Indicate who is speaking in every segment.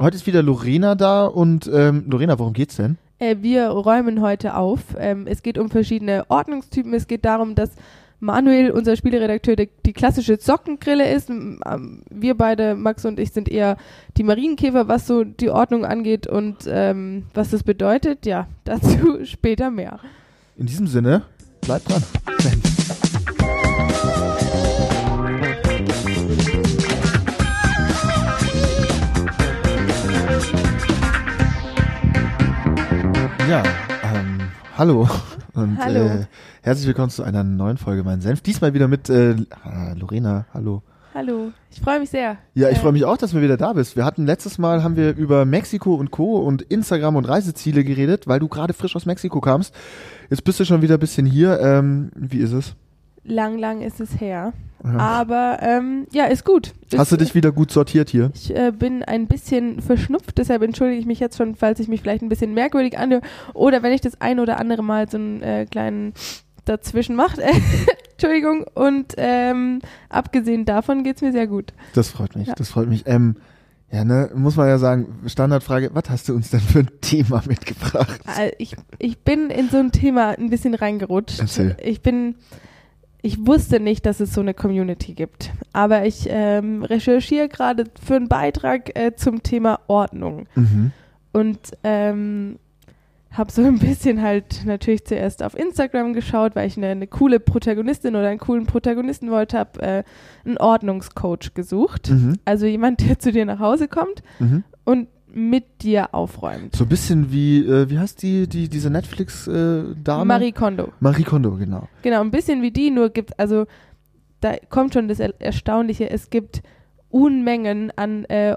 Speaker 1: heute ist wieder Lorena da und ähm, Lorena, worum geht's denn?
Speaker 2: Äh, wir räumen heute auf. Ähm, es geht um verschiedene Ordnungstypen. Es geht darum, dass Manuel, unser Spieleredakteur, die, die klassische Sockengrille ist. M- ähm, Wir beide, Max und ich, sind eher die Marienkäfer, was so die Ordnung angeht und ähm, was das bedeutet. Ja, dazu später mehr.
Speaker 1: In diesem Sinne, bleibt dran. Ja, ähm, hallo und
Speaker 2: Hallo.
Speaker 1: Äh, herzlich willkommen zu einer neuen Folge Mein Senf. Diesmal wieder mit äh, ah, Lorena, hallo.
Speaker 2: Hallo, ich freue mich sehr.
Speaker 1: Ja, ich
Speaker 2: Äh,
Speaker 1: freue mich auch, dass du wieder da bist. Wir hatten letztes Mal haben wir über Mexiko und Co. und Instagram und Reiseziele geredet, weil du gerade frisch aus Mexiko kamst. Jetzt bist du schon wieder ein bisschen hier. Ähm, wie ist es?
Speaker 2: Lang, lang ist es her.
Speaker 1: Ja.
Speaker 2: Aber ähm, ja, ist gut.
Speaker 1: Hast du
Speaker 2: Ist-
Speaker 1: dich wieder gut sortiert hier?
Speaker 2: Ich äh, bin ein bisschen verschnupft, deshalb entschuldige ich mich jetzt schon, falls ich mich vielleicht ein bisschen merkwürdig anhöre. Oder wenn ich das ein oder andere Mal so einen äh, kleinen dazwischen macht. Entschuldigung. Und ähm, abgesehen davon geht's mir sehr gut.
Speaker 1: Das freut mich,
Speaker 2: Ja.
Speaker 1: das freut mich. Ähm, ja, ne, muss man ja sagen, Standardfrage, was hast du uns denn für ein Thema mitgebracht?
Speaker 2: Äh, ich, ich bin in so ein Thema ein bisschen reingerutscht.
Speaker 1: Erzähl.
Speaker 2: Ich bin. Ich wusste nicht, dass es so eine Community gibt. Aber ich ähm, recherchiere gerade für einen Beitrag äh, zum Thema Ordnung.
Speaker 1: Mhm.
Speaker 2: und ähm, habe so ein bisschen halt natürlich zuerst auf Instagram geschaut, weil ich eine, eine coole Protagonistin oder einen coolen Protagonisten wollte, habe äh, einen Ordnungscoach gesucht.
Speaker 1: Mhm.
Speaker 2: Also jemand, der zu dir nach Hause kommt
Speaker 1: Mhm.
Speaker 2: und mit dir aufräumt.
Speaker 1: So ein bisschen wie, äh, wie heißt die, die diese Netflix-Dame?
Speaker 2: Marie Kondo.
Speaker 1: Marie Kondo, genau.
Speaker 2: Genau, ein bisschen wie die, nur gibt also da kommt schon das Er- Erstaunliche, es gibt Unmengen an äh,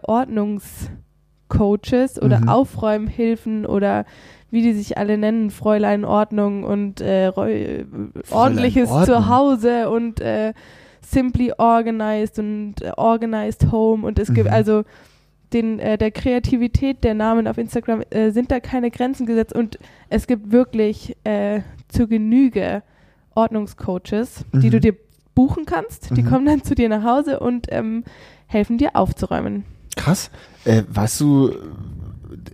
Speaker 2: Ordnungscoaches oder
Speaker 1: Mhm.
Speaker 2: Aufräumhilfen oder wie die sich alle nennen, Fräulein Ordnung und äh, Räu- äh, ordentliches
Speaker 1: Ordnung.
Speaker 2: Zuhause und äh, Simply Organized und äh, Organized Home und es gibt
Speaker 1: Mhm.
Speaker 2: also den, äh, der Kreativität der Namen auf Instagram äh, sind da keine Grenzen gesetzt und es gibt wirklich äh, zu Genüge Ordnungscoaches, die
Speaker 1: Mhm.
Speaker 2: du dir buchen kannst. Die
Speaker 1: Mhm.
Speaker 2: kommen dann zu dir nach Hause und ähm, helfen dir aufzuräumen.
Speaker 1: Krass. Äh, weißt du,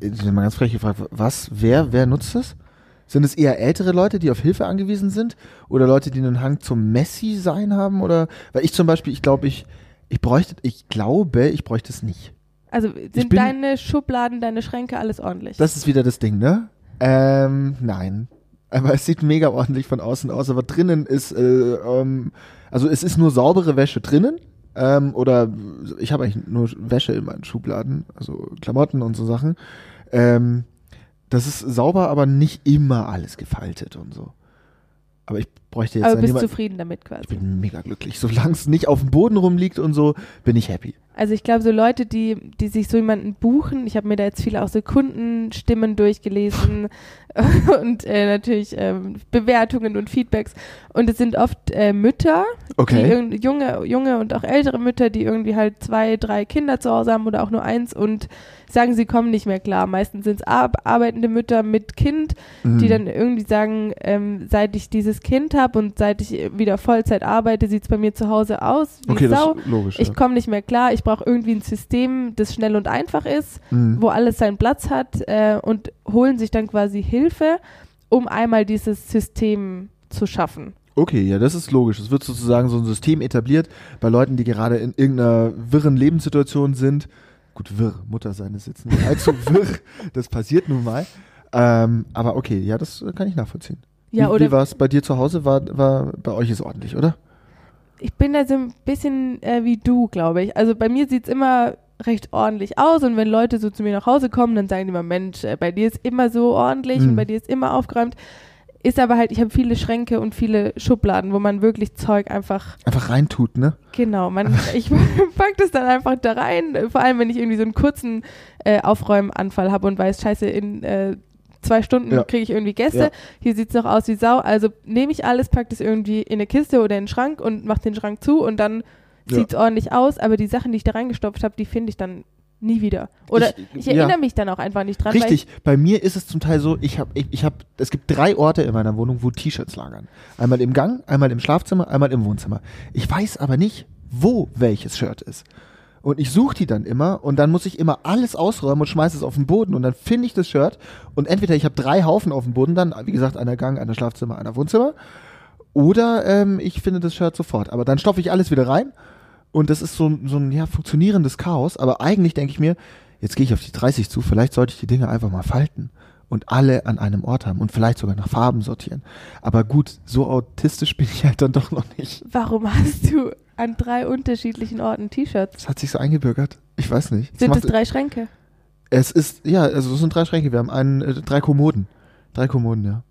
Speaker 1: äh, ich hab mal ganz frech gefragt, was, wer, wer nutzt das? Sind es eher ältere Leute, die auf Hilfe angewiesen sind? Oder Leute, die einen Hang zum Messi-Sein haben? Oder, weil ich zum Beispiel, ich glaube, ich, ich bräuchte, ich glaube, ich bräuchte es nicht.
Speaker 2: Also
Speaker 1: bin-
Speaker 2: sind deine Schubladen, deine Schränke alles ordentlich?
Speaker 1: Das ist wieder das Ding, ne? Ähm, nein. Aber es sieht mega ordentlich von außen aus. Aber drinnen ist, äh, ähm, also es ist nur saubere Wäsche drinnen. Ähm, oder ich habe eigentlich nur Wäsche in meinen Schubladen, also Klamotten und so Sachen. Ähm, das ist sauber, aber nicht immer alles gefaltet und so. Aber ich bräuchte jetzt
Speaker 2: Aber bist
Speaker 1: jemand-
Speaker 2: zufrieden damit
Speaker 1: Ich
Speaker 2: quasi.
Speaker 1: bin mega glücklich. Solange es nicht auf dem Boden rumliegt und so, bin ich happy.
Speaker 2: Also ich glaube, so Leute, die, die sich so jemanden buchen, ich habe mir da jetzt viele auch so Kundenstimmen durchgelesen und äh, natürlich ähm, Bewertungen und Feedbacks. Und es sind oft äh, Mütter, die
Speaker 1: Okay.
Speaker 2: irgend- junge, junge und auch ältere Mütter, die irgendwie halt zwei, drei Kinder zu Hause haben oder auch nur eins und sagen, sie kommen nicht mehr klar. Meistens sind es ar arbeitende Mütter mit Kind, die
Speaker 1: Mhm.
Speaker 2: dann irgendwie sagen, ähm, seit ich dieses Kind habe und seit ich wieder Vollzeit arbeite, sieht es bei mir zu Hause aus wie
Speaker 1: okay,
Speaker 2: Sau.
Speaker 1: das ist logisch.
Speaker 2: Ich
Speaker 1: ja.
Speaker 2: komme nicht mehr klar. Ich brauche irgendwie ein System, das schnell und einfach ist,
Speaker 1: Mhm.
Speaker 2: wo alles seinen Platz hat äh, und holen sich dann quasi Hilfe, um einmal dieses System zu schaffen.
Speaker 1: Okay, ja, das ist logisch. Es wird sozusagen so ein System etabliert bei Leuten, die gerade in irgendeiner wirren Lebenssituation sind. Gut, wirr, Mutter sein ist jetzt nicht allzu wirr, das passiert nun mal. Ähm, aber okay, ja, das äh, kann ich nachvollziehen.
Speaker 2: Ja,
Speaker 1: wie
Speaker 2: oder
Speaker 1: wie war es bei dir zu Hause? War, war bei euch ist ordentlich, oder?
Speaker 2: ich bin da so ein bisschen äh, wie du, glaube ich. Also bei mir sieht es immer recht ordentlich aus und wenn Leute so zu mir nach Hause kommen, dann sagen die immer, Mensch, äh, bei dir ist immer so ordentlich und
Speaker 1: Mhm.
Speaker 2: bei dir ist immer aufgeräumt. Ist aber halt, ich habe viele Schränke und viele Schubladen, wo man wirklich Zeug einfach,
Speaker 1: Einfach reintut, ne?
Speaker 2: genau, man, ich pack das dann einfach da rein, äh, vor allem wenn ich irgendwie so einen kurzen äh, Aufräumanfall habe und weiß, scheiße, in äh, zwei Stunden
Speaker 1: Ja.
Speaker 2: kriege ich irgendwie Gäste,
Speaker 1: Ja.
Speaker 2: hier sieht es noch aus wie Sau, also nehme ich alles, pack das irgendwie in eine Kiste oder in den Schrank und mache den Schrank zu und dann
Speaker 1: Ja.
Speaker 2: sieht es ordentlich aus, aber die Sachen, die ich da reingestopft habe, die finde ich dann nie wieder. Oder ich,
Speaker 1: Ich- ja.
Speaker 2: erinnere mich dann auch einfach nicht dran. Weil ich,
Speaker 1: Richtig, bei mir ist es zum Teil so, ich habe, ich, ich hab, es gibt drei Orte in meiner Wohnung, wo T-Shirts lagern. Einmal im Gang, einmal im Schlafzimmer, einmal im Wohnzimmer. Ich weiß aber nicht, wo welches Shirt ist. Und ich suche die dann immer und dann muss ich immer alles ausräumen und schmeiße es auf den Boden und dann finde ich das Shirt und entweder ich habe drei Haufen auf dem Boden dann, wie gesagt, einer Gang, einer Schlafzimmer, einer Wohnzimmer oder ähm, ich finde das Shirt sofort. Aber dann stopfe ich alles wieder rein und das ist so, ein- so ein ja, funktionierendes Chaos. Aber eigentlich denke ich mir, jetzt gehe ich auf die 30 zu, vielleicht sollte ich die Dinge einfach mal falten und alle an einem Ort haben und vielleicht sogar nach Farben sortieren. Aber gut, so autistisch bin ich halt dann doch noch nicht.
Speaker 2: Warum hast du an drei unterschiedlichen Orten T-Shirts?
Speaker 1: Das hat sich so eingebürgert. Ich weiß nicht.
Speaker 2: Sind
Speaker 1: es,
Speaker 2: es
Speaker 1: macht,
Speaker 2: drei Schränke?
Speaker 1: es ist, ja, also es sind drei Schränke. Wir haben einen, äh, drei Kommoden. Drei Kommoden, ja.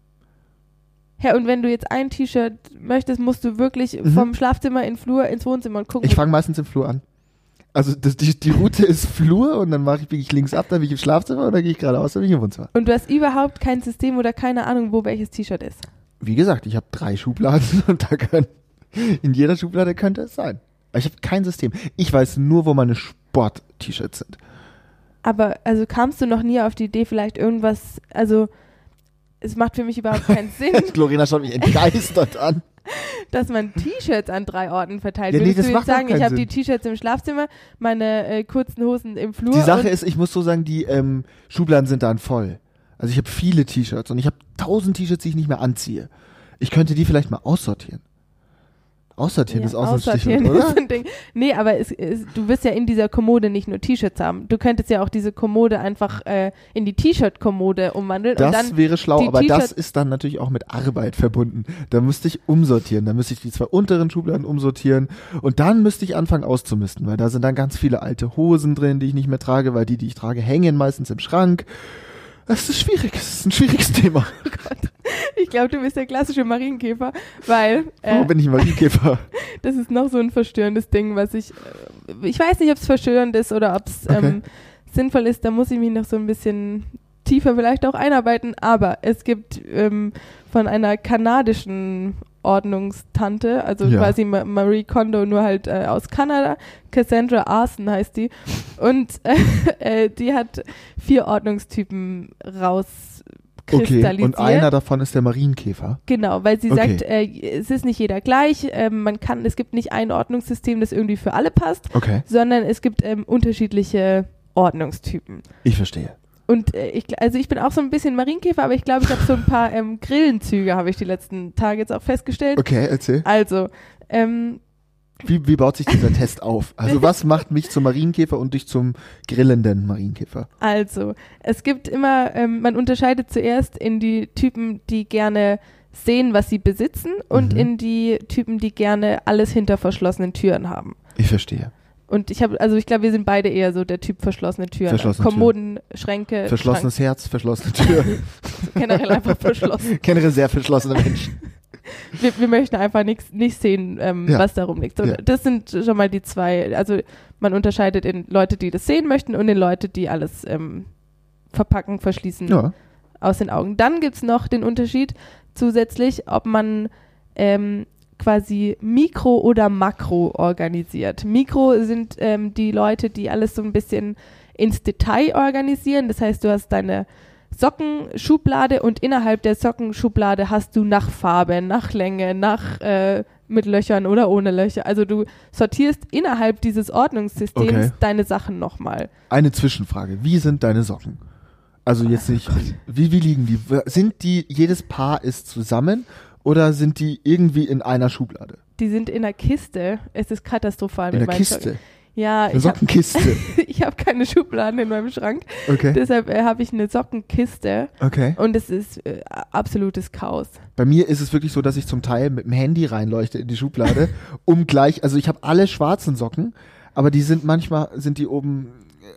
Speaker 2: Hä, und wenn du jetzt ein T-Shirt möchtest, musst du wirklich
Speaker 1: Mhm.
Speaker 2: vom Schlafzimmer in den Flur ins Wohnzimmer und gucken.
Speaker 1: Ich fange meistens im Flur an. Also das, die, die Route ist Flur und dann mache ich, biege ich links ab, dann bin ich im Schlafzimmer und dann gehe ich geradeaus, dann bin ich im Wohnzimmer.
Speaker 2: und du hast überhaupt kein System oder keine Ahnung, wo welches T-Shirt ist.
Speaker 1: Wie gesagt, ich habe drei Schubladen und da können, in jeder Schublade könnte es sein. Aber ich habe kein System. Ich weiß nur, wo meine Sport-T-Shirts sind.
Speaker 2: Aber also kamst du noch nie auf die Idee, vielleicht irgendwas, also es macht für mich überhaupt keinen Sinn,
Speaker 1: Lorena schaut mich entgeistert an.
Speaker 2: dass man T-Shirts an drei Orten verteilt.
Speaker 1: Ja, nee,
Speaker 2: Würdest
Speaker 1: das
Speaker 2: du
Speaker 1: macht
Speaker 2: jetzt
Speaker 1: doch
Speaker 2: sagen, ich
Speaker 1: keinen
Speaker 2: habe die
Speaker 1: Sinn.
Speaker 2: T-Shirts im Schlafzimmer, meine äh, kurzen Hosen im Flur.
Speaker 1: Die Sache
Speaker 2: und-
Speaker 1: ist, ich muss so sagen, die ähm, Schubladen sind dann voll. Also ich habe viele T-Shirts und ich habe tausend T-Shirts, die ich nicht mehr anziehe. Ich könnte die vielleicht mal aussortieren. Aussortieren
Speaker 2: Ja,
Speaker 1: ist auch so ein
Speaker 2: aussortieren
Speaker 1: Stichwort, oder?
Speaker 2: ist ein Ding. Nee, aber es, es, du wirst ja in dieser Kommode nicht nur T-Shirts haben. Du könntest ja auch diese Kommode einfach äh, in die T-Shirt-Kommode umwandeln und
Speaker 1: Das
Speaker 2: dann
Speaker 1: wäre schlau,
Speaker 2: die
Speaker 1: aber das
Speaker 2: T-Shirts-
Speaker 1: ist dann natürlich auch mit Arbeit verbunden. Da müsste ich umsortieren, da müsste ich die zwei unteren Schubladen umsortieren und dann müsste ich anfangen auszumisten, weil da sind dann ganz viele alte Hosen drin, die ich nicht mehr trage, weil die, die ich trage, hängen meistens im Schrank. Es ist schwierig, es ist ein schwieriges Thema.
Speaker 2: Ich glaube, du bist der klassische Marienkäfer, weil äh,
Speaker 1: Warum Oh, bin ich ein Marienkäfer?
Speaker 2: das ist noch so ein verstörendes Ding, was ich. Äh, ich weiß nicht, ob es verstörend ist oder ob es ähm, sinnvoll ist. Da muss ich mich noch so ein bisschen tiefer vielleicht auch einarbeiten. Aber es gibt ähm, von einer kanadischen Ordnungstante, also
Speaker 1: Ja.
Speaker 2: quasi Ma Marie Kondo, nur halt äh, aus Kanada. Cassandra Arson heißt die. Und äh, äh, die hat vier Ordnungstypen rauskristallisiert.
Speaker 1: Okay, und einer davon ist der Marienkäfer.
Speaker 2: Genau, weil sie
Speaker 1: Okay.
Speaker 2: sagt, äh, es ist nicht jeder gleich, ähm, man kann, es gibt nicht ein Ordnungssystem, das irgendwie für alle passt,
Speaker 1: Okay,
Speaker 2: sondern es gibt ähm, unterschiedliche Ordnungstypen.
Speaker 1: ich verstehe.
Speaker 2: Und äh, ich, gl- also ich bin auch so ein bisschen Marienkäfer, aber ich glaube, ich habe so ein paar ähm, Grillenzüge, habe ich die letzten Tage jetzt auch festgestellt.
Speaker 1: Okay, erzähl.
Speaker 2: Also, ähm,
Speaker 1: Wie, wie baut sich dieser Test auf? Also was macht mich zum Marienkäfer und dich zum grillenden Marienkäfer?
Speaker 2: Also, es gibt immer, ähm, man unterscheidet zuerst in die Typen, die gerne sehen, was sie besitzen, und
Speaker 1: Mhm.
Speaker 2: in die Typen, die gerne alles hinter verschlossenen Türen haben.
Speaker 1: Ich verstehe.
Speaker 2: Und ich habe, also ich glaube, wir sind beide eher so der Typ verschlossene Türen.
Speaker 1: Verschlossene
Speaker 2: Kommoden, Schränke,
Speaker 1: Verschlossenes Herz, verschlossene Tür.
Speaker 2: Schrank, generell einfach verschlossen.
Speaker 1: Generell sehr verschlossene Menschen.
Speaker 2: Wir, wir möchten einfach nichts nicht sehen, ähm,
Speaker 1: Ja.
Speaker 2: was darum liegt. So,
Speaker 1: Ja.
Speaker 2: Das sind schon mal die zwei. Also man unterscheidet in Leute, die das sehen möchten und in Leute, die alles ähm, verpacken, verschließen,
Speaker 1: Ja.
Speaker 2: aus den Augen. Dann gibt es noch den Unterschied zusätzlich, ob man ähm, quasi Mikro oder Makro organisiert. Mikro sind ähm, die Leute, die alles so ein bisschen ins Detail organisieren. Das heißt, du hast deine Sockenschublade und innerhalb der Sockenschublade hast du nach Farbe, nach Länge, nach äh, mit Löchern oder ohne Löcher. Also du sortierst innerhalb dieses Ordnungssystems
Speaker 1: Okay.
Speaker 2: deine Sachen nochmal.
Speaker 1: Eine Zwischenfrage. Wie sind deine Socken? Also jetzt nicht, wie, wie liegen die? Sind die, jedes Paar ist zusammen oder sind die irgendwie in einer Schublade?
Speaker 2: Die sind in der Kiste. Es ist katastrophal
Speaker 1: In
Speaker 2: mit
Speaker 1: der
Speaker 2: meinen Socken.
Speaker 1: Kiste.
Speaker 2: Ja,
Speaker 1: Eine
Speaker 2: ich habe
Speaker 1: Sockenkiste.
Speaker 2: hab keine Schubladen in meinem Schrank.
Speaker 1: Okay.
Speaker 2: Deshalb äh, habe ich eine Sockenkiste
Speaker 1: Okay.
Speaker 2: und es ist äh, absolutes Chaos.
Speaker 1: Bei mir ist es wirklich so, dass ich zum Teil mit dem Handy reinleuchte in die Schublade, um gleich, also ich habe alle schwarzen Socken, aber die sind manchmal, sind die oben,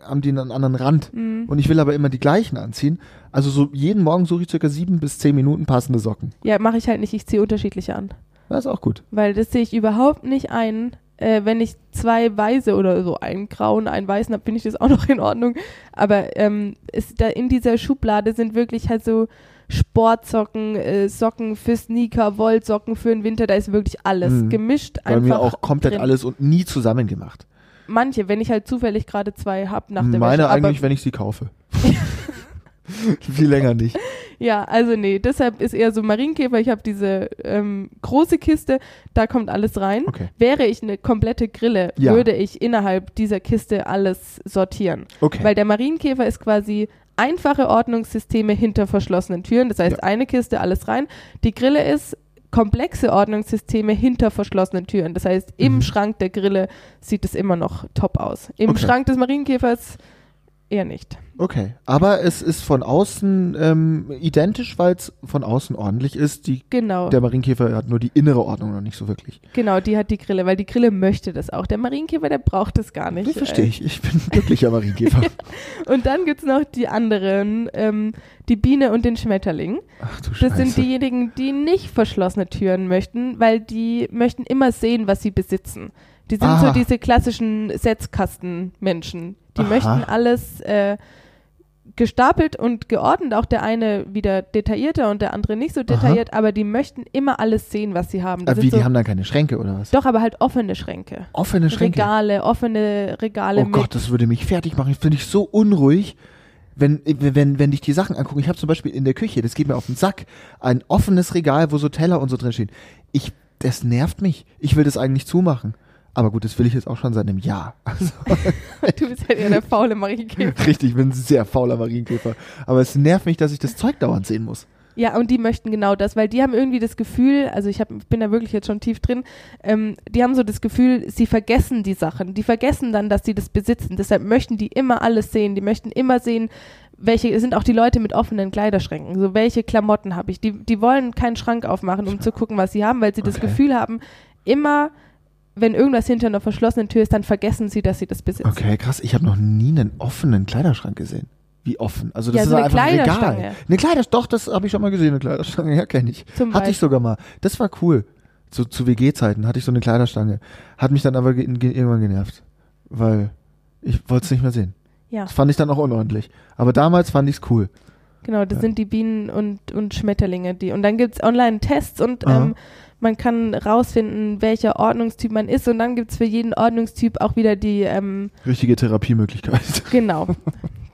Speaker 1: haben die einen anderen Rand. Und ich will aber immer die gleichen anziehen. Also so jeden Morgen suche ich circa sieben bis zehn Minuten passende Socken.
Speaker 2: Ja, mache ich halt nicht. Ich ziehe unterschiedliche an,
Speaker 1: Das ist auch gut.
Speaker 2: weil das sehe ich überhaupt nicht ein. Äh, wenn ich zwei weiße oder so, einen grauen, einen weißen habe, finde ich das auch noch in Ordnung. Aber ähm, ist da in dieser Schublade sind wirklich halt so Sportsocken, äh, Socken für Sneaker, Wollsocken für den Winter, da ist wirklich alles
Speaker 1: Mhm.
Speaker 2: gemischt.
Speaker 1: Bei
Speaker 2: einfach
Speaker 1: mir auch komplett
Speaker 2: drin.
Speaker 1: alles und nie zusammen gemacht.
Speaker 2: Manche, wenn ich halt zufällig gerade zwei hab nach der
Speaker 1: Meine
Speaker 2: Wäsche.
Speaker 1: eigentlich, wenn ich sie kaufe. Viel länger nicht.
Speaker 2: Aber, Ja, also nee, deshalb ist eher so Marienkäfer. Ich habe diese ähm, große Kiste, da kommt alles rein.
Speaker 1: Okay.
Speaker 2: Wäre ich eine komplette Grille,
Speaker 1: Ja.
Speaker 2: würde ich innerhalb dieser Kiste alles sortieren.
Speaker 1: Okay.
Speaker 2: Weil der Marienkäfer ist quasi einfache Ordnungssysteme hinter verschlossenen Türen. Das heißt,
Speaker 1: Ja.
Speaker 2: eine Kiste, alles rein. Die Grille ist komplexe Ordnungssysteme hinter verschlossenen Türen. Das heißt, im
Speaker 1: Mhm.
Speaker 2: Schrank der Grille sieht es immer noch top aus. Im
Speaker 1: Okay.
Speaker 2: Schrank des Marienkäfers eher nicht.
Speaker 1: Okay, aber es ist von außen ähm, identisch, weil es von außen ordentlich ist. Die,
Speaker 2: Genau.
Speaker 1: der Marienkäfer hat nur die innere Ordnung noch nicht so wirklich.
Speaker 2: Genau, die hat die Grille, weil die Grille möchte das auch. Der Marienkäfer, der braucht das gar nicht. äh.
Speaker 1: Das verstehe ich. Ich bin ein glücklicher Marienkäfer.
Speaker 2: Und dann gibt es noch die anderen, ähm, die Biene und den Schmetterling.
Speaker 1: Ach du
Speaker 2: Das
Speaker 1: Scheiße.
Speaker 2: sind diejenigen, die nicht verschlossene Türen möchten, weil die möchten immer sehen, was sie besitzen. Die sind
Speaker 1: Aha.
Speaker 2: so diese klassischen Setzkastenmenschen. Die
Speaker 1: Ah. Aha.
Speaker 2: möchten alles äh, gestapelt und geordnet, auch der eine wieder detaillierter und der andere nicht so detailliert, aber die möchten immer alles sehen, was sie haben. Die
Speaker 1: aber
Speaker 2: sind
Speaker 1: Ah, wie,
Speaker 2: so,
Speaker 1: die haben dann keine Schränke oder was?
Speaker 2: doch, aber halt offene Schränke.
Speaker 1: Offene Schränke.
Speaker 2: Regale, offene Regale
Speaker 1: oh
Speaker 2: mit.
Speaker 1: Gott, das würde mich fertig machen. Ich finde ich so unruhig, wenn, wenn, wenn ich die Sachen angucke. Ich habe zum Beispiel in der Küche, das geht mir auf den Sack, ein offenes Regal, wo so Teller und so drin stehen. Ich, das nervt mich. Ich will das eigentlich zumachen. Aber gut, das will ich jetzt auch schon seit einem Jahr. Also,
Speaker 2: Du bist halt eher der faule Marienkäfer.
Speaker 1: Richtig, ich bin ein sehr fauler Marienkäfer. Aber es nervt mich, dass ich das Zeug dauernd sehen muss.
Speaker 2: Ja, und die möchten genau das, weil die haben irgendwie das Gefühl, also ich hab, ich bin da wirklich jetzt schon tief drin, ähm, die haben so das Gefühl, sie vergessen die Sachen. Die vergessen dann, dass sie das besitzen. Deshalb möchten die immer alles sehen. Die möchten immer sehen, welche, es sind auch die Leute mit offenen Kleiderschränken, so welche Klamotten habe ich. Die, die wollen keinen Schrank aufmachen, um zu gucken, was sie haben, weil sie das
Speaker 1: Okay.
Speaker 2: Gefühl haben, immer, wenn irgendwas hinter einer verschlossenen Tür ist, dann vergessen sie, dass sie das besitzen.
Speaker 1: Okay, krass. Ich habe noch nie einen offenen Kleiderschrank gesehen. Wie offen? Also das
Speaker 2: Ja,
Speaker 1: ist
Speaker 2: so eine
Speaker 1: einfach ein Regal.
Speaker 2: Kleiderstange.
Speaker 1: Eine Kleiderstange. Doch, das habe ich schon mal gesehen, eine Kleiderstange. Ja, kenne ich.
Speaker 2: Zum
Speaker 1: hatte ich sogar mal. Das war cool. Zu, zu WG-Zeiten hatte ich so eine Kleiderstange. Hat mich dann aber ge ge irgendwann genervt. Weil ich wollte es nicht mehr sehen.
Speaker 2: Ja.
Speaker 1: Das fand ich dann auch unordentlich. Aber damals fand ich es cool.
Speaker 2: Genau, das sind die Bienen und, und Schmetterlinge, die. Und dann gibt's Online-Tests und
Speaker 1: Aha.
Speaker 2: ähm, man kann rausfinden, welcher Ordnungstyp man ist. Und dann gibt's für jeden Ordnungstyp auch wieder die, ähm,
Speaker 1: Richtige Therapiemöglichkeit.
Speaker 2: genau,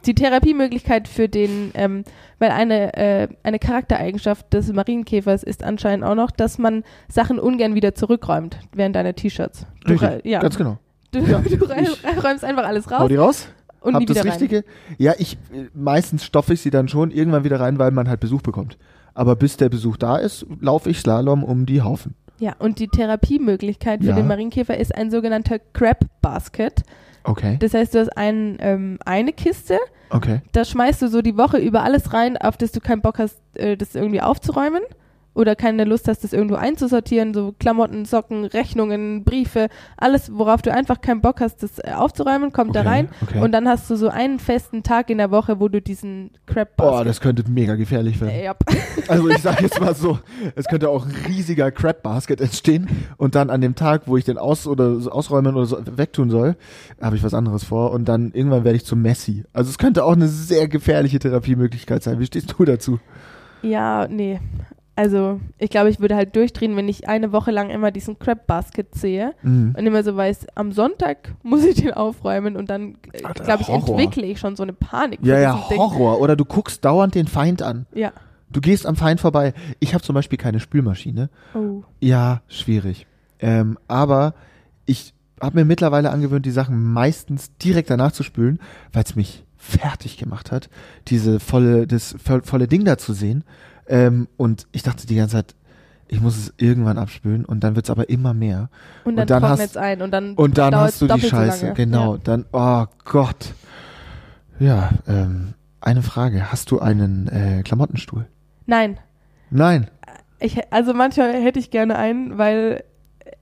Speaker 2: die Therapiemöglichkeit für den, ähm, weil eine, äh, eine Charaktereigenschaft des Marienkäfers ist anscheinend auch noch, dass man Sachen ungern wieder zurückräumt, während deiner T-Shirts. Du, rei-
Speaker 1: Richtig,
Speaker 2: ja,
Speaker 1: Ganz genau.
Speaker 2: du,
Speaker 1: ja,
Speaker 2: du rei-
Speaker 1: ich-
Speaker 2: räumst einfach alles
Speaker 1: Hau
Speaker 2: raus
Speaker 1: die raus.
Speaker 2: und nie
Speaker 1: Habt
Speaker 2: wieder
Speaker 1: das
Speaker 2: rein.
Speaker 1: Richtige? Ja, ich äh, meistens stoffe ich sie dann schon irgendwann wieder rein, weil man halt Besuch bekommt. Aber bis der Besuch da ist, laufe ich Slalom um die Haufen.
Speaker 2: Ja, und die Therapiemöglichkeit für
Speaker 1: Ja.
Speaker 2: den Marienkäfer ist ein sogenannter Crab Basket.
Speaker 1: Okay.
Speaker 2: Das heißt, du hast ein, ähm, eine Kiste,
Speaker 1: Okay.
Speaker 2: da schmeißt du so die Woche über alles rein, auf das du keinen Bock hast, äh, das irgendwie aufzuräumen oder keine Lust hast, das irgendwo einzusortieren, so Klamotten, Socken, Rechnungen, Briefe, alles, worauf du einfach keinen Bock hast, das äh, aufzuräumen, kommt
Speaker 1: Okay,
Speaker 2: da rein
Speaker 1: okay.
Speaker 2: und dann hast du so einen festen Tag in der Woche, wo du diesen Crap
Speaker 1: Boah, das könnte mega gefährlich werden.
Speaker 2: äh, ja.
Speaker 1: Also ich sage jetzt mal so, es könnte auch ein riesiger Crab-Basket entstehen und dann an dem Tag, wo ich den aus oder so ausräumen oder so wegtun soll, habe ich was anderes vor und dann irgendwann werde ich zu Messi. Also es könnte auch eine sehr gefährliche Therapiemöglichkeit sein. Wie stehst du dazu?
Speaker 2: ja, nee. Also, ich glaube, ich würde halt durchdrehen, wenn ich eine Woche lang immer diesen Crab Basket sehe.
Speaker 1: Mhm.
Speaker 2: Und immer so weiß, am Sonntag muss ich den aufräumen und dann,
Speaker 1: Alter,
Speaker 2: glaube ich,
Speaker 1: Horror.
Speaker 2: entwickle ich schon so eine Panik. vor
Speaker 1: Ja, ja,
Speaker 2: diesem Ding.
Speaker 1: Horror. Oder du guckst dauernd den Feind an.
Speaker 2: Ja.
Speaker 1: Du gehst am Feind vorbei. Ich habe zum Beispiel keine Spülmaschine.
Speaker 2: Oh.
Speaker 1: Ja, schwierig. Ähm, aber ich habe mir mittlerweile angewöhnt, die Sachen meistens direkt danach zu spülen, weil es mich fertig gemacht hat, diese volle, das vo- volle Ding da zu sehen. Ähm, und ich dachte die ganze Zeit, ich muss es irgendwann abspülen und dann wird's aber immer mehr.
Speaker 2: Und
Speaker 1: Und
Speaker 2: dann,
Speaker 1: dann
Speaker 2: trocknet
Speaker 1: hast-
Speaker 2: es ein und dann,
Speaker 1: Und dann
Speaker 2: dauert
Speaker 1: hast du die
Speaker 2: doppelt so
Speaker 1: Scheiße.
Speaker 2: lange.
Speaker 1: Genau.
Speaker 2: Ja.
Speaker 1: Dann, oh Gott. Ja, ähm, eine Frage. Hast du einen äh, Klamottenstuhl?
Speaker 2: Nein.
Speaker 1: Nein.
Speaker 2: Ich, hä- also manchmal hätte ich gerne einen, weil,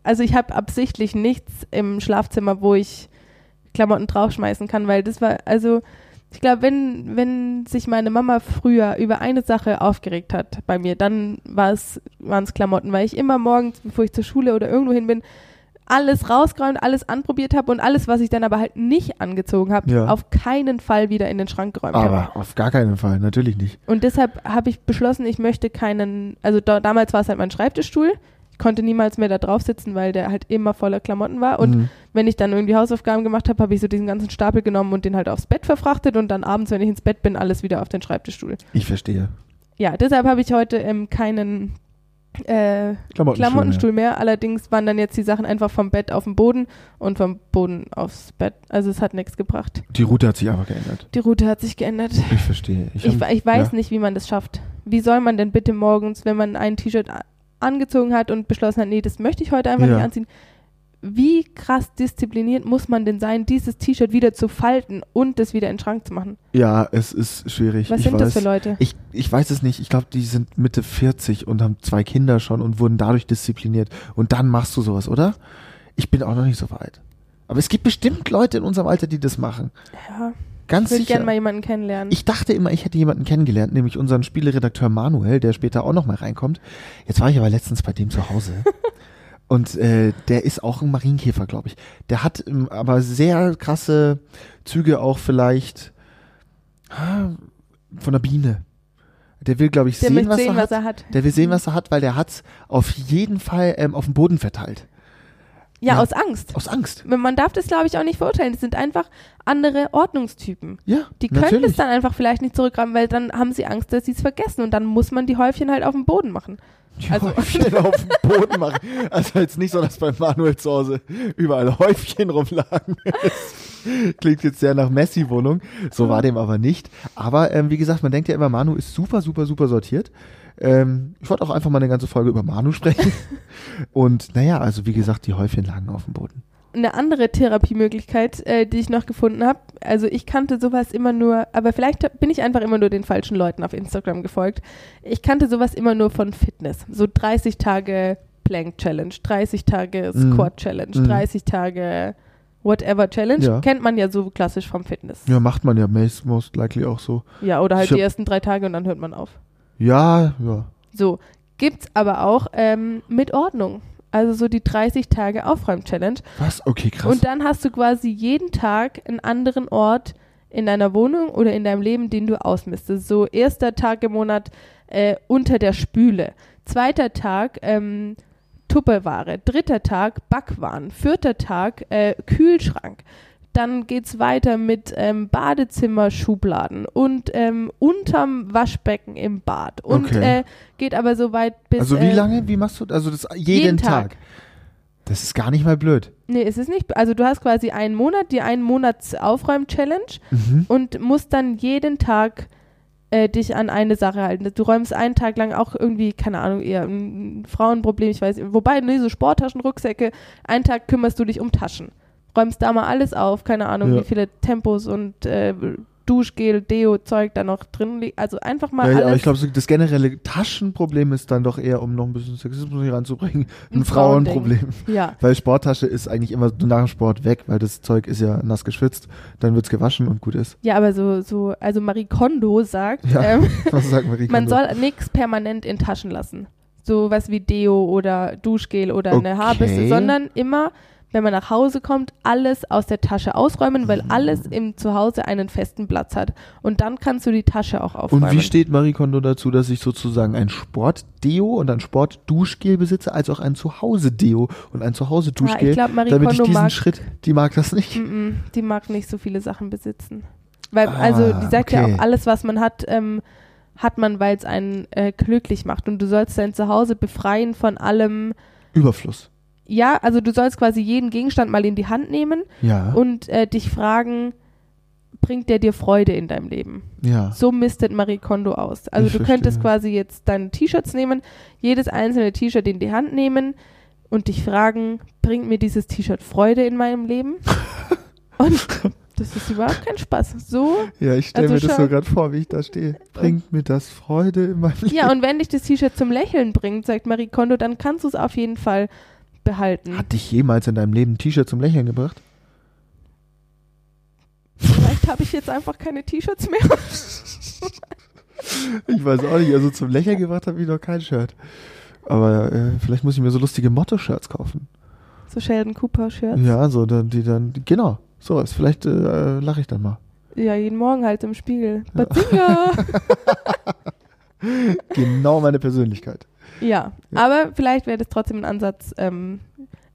Speaker 2: also ich habe absichtlich nichts im Schlafzimmer, wo ich Klamotten draufschmeißen kann, weil das war, also ich glaube, wenn, wenn sich meine Mama früher über eine Sache aufgeregt hat bei mir, dann war es, waren es Klamotten, weil ich immer morgens, bevor ich zur Schule oder irgendwo hin bin, alles rausgeräumt, alles anprobiert habe und alles, was ich dann aber halt nicht angezogen habe,
Speaker 1: Ja.
Speaker 2: auf keinen Fall wieder in den Schrank geräumt habe.
Speaker 1: Aber auf gar keinen Fall. Natürlich nicht.
Speaker 2: Und deshalb habe ich beschlossen, ich möchte keinen, also da, damals war es halt mein Schreibtischstuhl. Ich konnte niemals mehr da drauf sitzen, weil der halt immer voller Klamotten war. Und
Speaker 1: Mhm.
Speaker 2: wenn ich dann irgendwie Hausaufgaben gemacht habe, habe ich so diesen ganzen Stapel genommen und den halt aufs Bett verfrachtet und dann abends, wenn ich ins Bett bin, alles wieder auf den Schreibtischstuhl.
Speaker 1: Ich verstehe.
Speaker 2: ja, deshalb habe ich heute ähm, keinen äh,
Speaker 1: Klamottenstuhl.
Speaker 2: Klamottenstuhl mehr. Allerdings waren dann jetzt die Sachen einfach vom Bett auf den Boden und vom Boden aufs Bett. Also es hat nichts gebracht.
Speaker 1: Die Route hat sich einfach geändert.
Speaker 2: Die Route hat sich geändert.
Speaker 1: Ich verstehe.
Speaker 2: Ich,
Speaker 1: hab-
Speaker 2: we- ich weiß
Speaker 1: Ähm, ja.
Speaker 2: nicht, wie man das schafft. Wie soll man denn bitte morgens, wenn man ein T-Shirt a- angezogen hat und beschlossen hat, nee, das möchte ich heute einfach
Speaker 1: Ja.
Speaker 2: nicht anziehen. Wie krass diszipliniert muss man denn sein, dieses T-Shirt wieder zu falten und das wieder in den Schrank zu machen?
Speaker 1: Ja, es ist schwierig.
Speaker 2: Was
Speaker 1: ich
Speaker 2: sind
Speaker 1: weiß.
Speaker 2: das für Leute?
Speaker 1: Ich, ich weiß es nicht. Ich glaube, die sind Mitte 40 und haben zwei Kinder schon und wurden dadurch diszipliniert. Und dann machst du sowas, oder? Ich bin auch noch nicht so weit. Aber es gibt bestimmt Leute in unserem Alter, die das machen.
Speaker 2: ja, ich
Speaker 1: Ganz
Speaker 2: würde
Speaker 1: sicher.
Speaker 2: gerne mal jemanden kennenlernen.
Speaker 1: Ich dachte immer, ich hätte jemanden kennengelernt, nämlich unseren Spieleredakteur Manuel, der später auch nochmal reinkommt. Jetzt war ich aber letztens bei dem zu Hause. Und äh, der ist auch ein Marienkäfer, glaube ich. Der hat ähm, aber sehr krasse Züge auch vielleicht ah, von der Biene. Der will, glaube ich,
Speaker 2: der
Speaker 1: sehen,
Speaker 2: möchte
Speaker 1: was,
Speaker 2: sehen,
Speaker 1: er
Speaker 2: was
Speaker 1: hat.
Speaker 2: er hat. Mhm.
Speaker 1: Der will sehen, was er hat, weil der hat's auf jeden Fall ähm, auf den Boden verteilt.
Speaker 2: Ja,
Speaker 1: Ja.
Speaker 2: aus Angst.
Speaker 1: Aus Angst.
Speaker 2: Man darf das, glaube ich, auch nicht verurteilen. Das sind einfach andere Ordnungstypen.
Speaker 1: Ja,
Speaker 2: Die können
Speaker 1: natürlich.
Speaker 2: es dann einfach vielleicht nicht zurückgraben, weil dann haben sie Angst, dass sie es vergessen und dann muss man die Häufchen halt auf den Boden machen.
Speaker 1: Die
Speaker 2: Also-
Speaker 1: Häufchen auf dem Boden machen. Also jetzt nicht so, dass bei Manuel zu Hause überall Häufchen rumlagen. Das klingt jetzt sehr nach Messi-Wohnung. So war dem aber nicht. Aber ähm, wie gesagt, man denkt ja immer, Manu ist super, super, super sortiert. Ähm, ich wollte auch einfach mal eine ganze Folge über Manu sprechen. Und naja, also wie gesagt, die Häufchen lagen auf dem Boden.
Speaker 2: Eine andere Therapiemöglichkeit, äh, die ich noch gefunden habe, also ich kannte sowas immer nur, aber vielleicht hab- bin ich einfach immer nur den falschen Leuten auf Instagram gefolgt. Ich kannte sowas immer nur von Fitness. So 30 Tage Plank Challenge, 30 Tage
Speaker 1: Mhm.
Speaker 2: Squat Challenge,
Speaker 1: Mhm.
Speaker 2: 30 Tage Whatever Challenge.
Speaker 1: Ja.
Speaker 2: Kennt man ja so klassisch vom Fitness.
Speaker 1: Ja, macht man ja most likely auch so.
Speaker 2: Ja, oder halt
Speaker 1: Ich hab-
Speaker 2: die ersten drei Tage und dann hört man auf.
Speaker 1: Ja, ja.
Speaker 2: So, gibt's aber auch ähm, mit Ordnung. Also so die 30 Tage Aufräum-Challenge.
Speaker 1: Was? Okay, krass.
Speaker 2: Und dann hast du quasi jeden Tag einen anderen Ort in deiner Wohnung oder in deinem Leben, den du ausmistest. So erster Tag im Monat äh, unter der Spüle. Zweiter Tag ähm, Tupperware. Dritter Tag Backwaren. Vierter Tag äh, Kühlschrank. Dann geht's weiter mit ähm, Badezimmerschubladen und ähm, unterm Waschbecken im Bad. Und
Speaker 1: Okay.
Speaker 2: äh, geht aber so weit bis.
Speaker 1: also wie
Speaker 2: äh,
Speaker 1: lange? Wie machst du das? Also das jeden,
Speaker 2: jeden
Speaker 1: Tag.
Speaker 2: Tag.
Speaker 1: Das ist gar nicht mal blöd.
Speaker 2: Nee, es ist nicht. Also du hast quasi einen Monat, die einen Monats Aufräum-Challenge
Speaker 1: Mhm.
Speaker 2: und musst dann jeden Tag äh, dich an eine Sache halten. Du räumst einen Tag lang auch irgendwie, keine Ahnung, eher ein Frauenproblem, ich weiß, wobei, nee, so Sporttaschen, Rucksäcke, einen Tag kümmerst du dich um Taschen. Räumst da mal alles auf, keine Ahnung,
Speaker 1: Ja.
Speaker 2: wie viele Tempos und äh, Duschgel, Deo-Zeug da noch drin liegt. Also einfach mal
Speaker 1: Ja, ja,
Speaker 2: alles.
Speaker 1: aber ich glaube, so das generelle Taschenproblem ist dann doch eher, um noch ein bisschen Sexismus hier ranzubringen, ein
Speaker 2: Ein Frauending.
Speaker 1: Frauenproblem.
Speaker 2: ja.
Speaker 1: Weil Sporttasche ist eigentlich immer so nach dem Sport weg, weil das Zeug ist ja nass geschwitzt, dann wird's gewaschen und gut ist.
Speaker 2: ja, aber so, so, also Marie Kondo sagt,
Speaker 1: Ja.
Speaker 2: ähm,
Speaker 1: Was sagt Marie
Speaker 2: Man
Speaker 1: Kondo?
Speaker 2: soll nichts permanent in Taschen lassen. So was wie Deo oder Duschgel oder
Speaker 1: Okay.
Speaker 2: eine Haarbürste, sondern immer, wenn man nach Hause kommt, alles aus der Tasche ausräumen,
Speaker 1: Ah.
Speaker 2: weil alles im Zuhause einen festen Platz hat. Und dann kannst du die Tasche auch aufräumen.
Speaker 1: Und wie steht Marie Kondo dazu, dass ich sozusagen ein Sportdeo und ein Sportduschgel besitze, als auch ein Zuhause-Deo und ein
Speaker 2: Ja,
Speaker 1: Zuhause-Duschgel?
Speaker 2: ich glaub, Marie
Speaker 1: damit
Speaker 2: Kondo
Speaker 1: ich diesen
Speaker 2: mag- Hm.
Speaker 1: Schritt, die mag das nicht.
Speaker 2: Mm-mm, die mag nicht so viele Sachen besitzen. Weil,
Speaker 1: Ah,
Speaker 2: also, die sagt ja
Speaker 1: okay.
Speaker 2: auch, alles, was man hat, ähm, hat man, weil es einen äh, glücklich macht. Und du sollst dein Zuhause befreien von allem.
Speaker 1: Überfluss.
Speaker 2: Ja, also du sollst quasi jeden Gegenstand mal in die Hand nehmen
Speaker 1: Ja.
Speaker 2: und äh, dich fragen, bringt der dir Freude in deinem Leben?
Speaker 1: ja.
Speaker 2: So mistet Marie Kondo aus. Also
Speaker 1: Ich
Speaker 2: du könntest
Speaker 1: verstehe.
Speaker 2: quasi jetzt deine T-Shirts nehmen, jedes einzelne T-Shirt in die Hand nehmen und dich fragen, bringt mir dieses T-Shirt Freude in meinem Leben? und das ist überhaupt kein Spaß. So,
Speaker 1: Ja, ich stelle
Speaker 2: Also
Speaker 1: mir das
Speaker 2: schau-
Speaker 1: so gerade vor, wie ich da stehe. Bringt mir das Freude in meinem Leben?
Speaker 2: ja, und wenn dich das T-Shirt zum Lächeln bringt, sagt Marie Kondo, dann kannst du es auf jeden Fall behalten.
Speaker 1: Hat dich jemals in deinem Leben ein T-Shirt zum Lächeln gebracht?
Speaker 2: Vielleicht habe ich jetzt einfach keine T-Shirts mehr.
Speaker 1: Ich weiß auch nicht. Also zum Lächeln gebracht habe ich noch kein Shirt. Aber äh, vielleicht muss ich mir so lustige Motto-Shirts kaufen.
Speaker 2: So Sheldon Cooper-Shirts.
Speaker 1: Ja, so dann, die dann, genau, sowas. Vielleicht äh, lache ich dann mal.
Speaker 2: Ja, jeden Morgen halt im Spiegel. Bazinga!
Speaker 1: Genau meine Persönlichkeit.
Speaker 2: Ja,
Speaker 1: Ja.
Speaker 2: aber vielleicht wäre das trotzdem ein Ansatz. Ähm,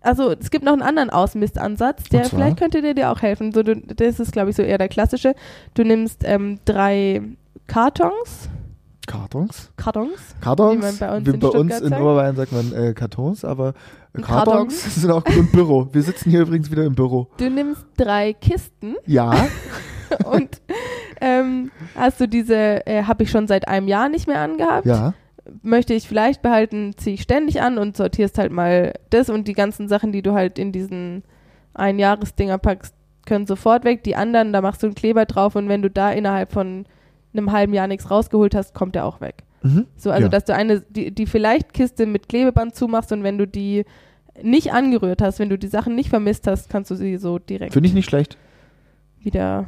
Speaker 2: also es gibt noch einen anderen Ausmistansatz, der
Speaker 1: zwar?
Speaker 2: vielleicht könnte der dir auch helfen. So, du, das ist, glaube ich, so eher der klassische. Du nimmst ähm, drei Kartons
Speaker 1: Kartons.
Speaker 2: Kartons.
Speaker 1: Kartons.
Speaker 2: Wie man bei uns
Speaker 1: Wie
Speaker 2: in
Speaker 1: bei uns
Speaker 2: Stuttgart
Speaker 1: in
Speaker 2: sagt.
Speaker 1: Oberbayern sagt man äh, Kartons, aber äh, Kartons,
Speaker 2: Kartons.
Speaker 1: sind auch gut im Büro. Wir sitzen hier übrigens wieder im Büro.
Speaker 2: Du nimmst drei Kisten
Speaker 1: Ja,
Speaker 2: und ähm, hast du diese, äh, habe ich schon seit einem Jahr nicht mehr angehabt.
Speaker 1: ja.
Speaker 2: Möchte ich vielleicht behalten, ziehe ich ständig an und sortierst halt mal das und die ganzen Sachen, die du halt in diesen Einjahresdinger packst, können sofort weg. Die anderen, da machst du einen Kleber drauf und wenn du da innerhalb von einem halben Jahr nichts rausgeholt hast, kommt der auch weg.
Speaker 1: Mhm.
Speaker 2: So, also
Speaker 1: ja.
Speaker 2: dass du eine, die, die vielleicht Kiste mit Klebeband zumachst und wenn du die nicht angerührt hast, wenn du die Sachen nicht vermisst hast, kannst du sie so direkt
Speaker 1: Finde ich nicht schlecht.
Speaker 2: wieder.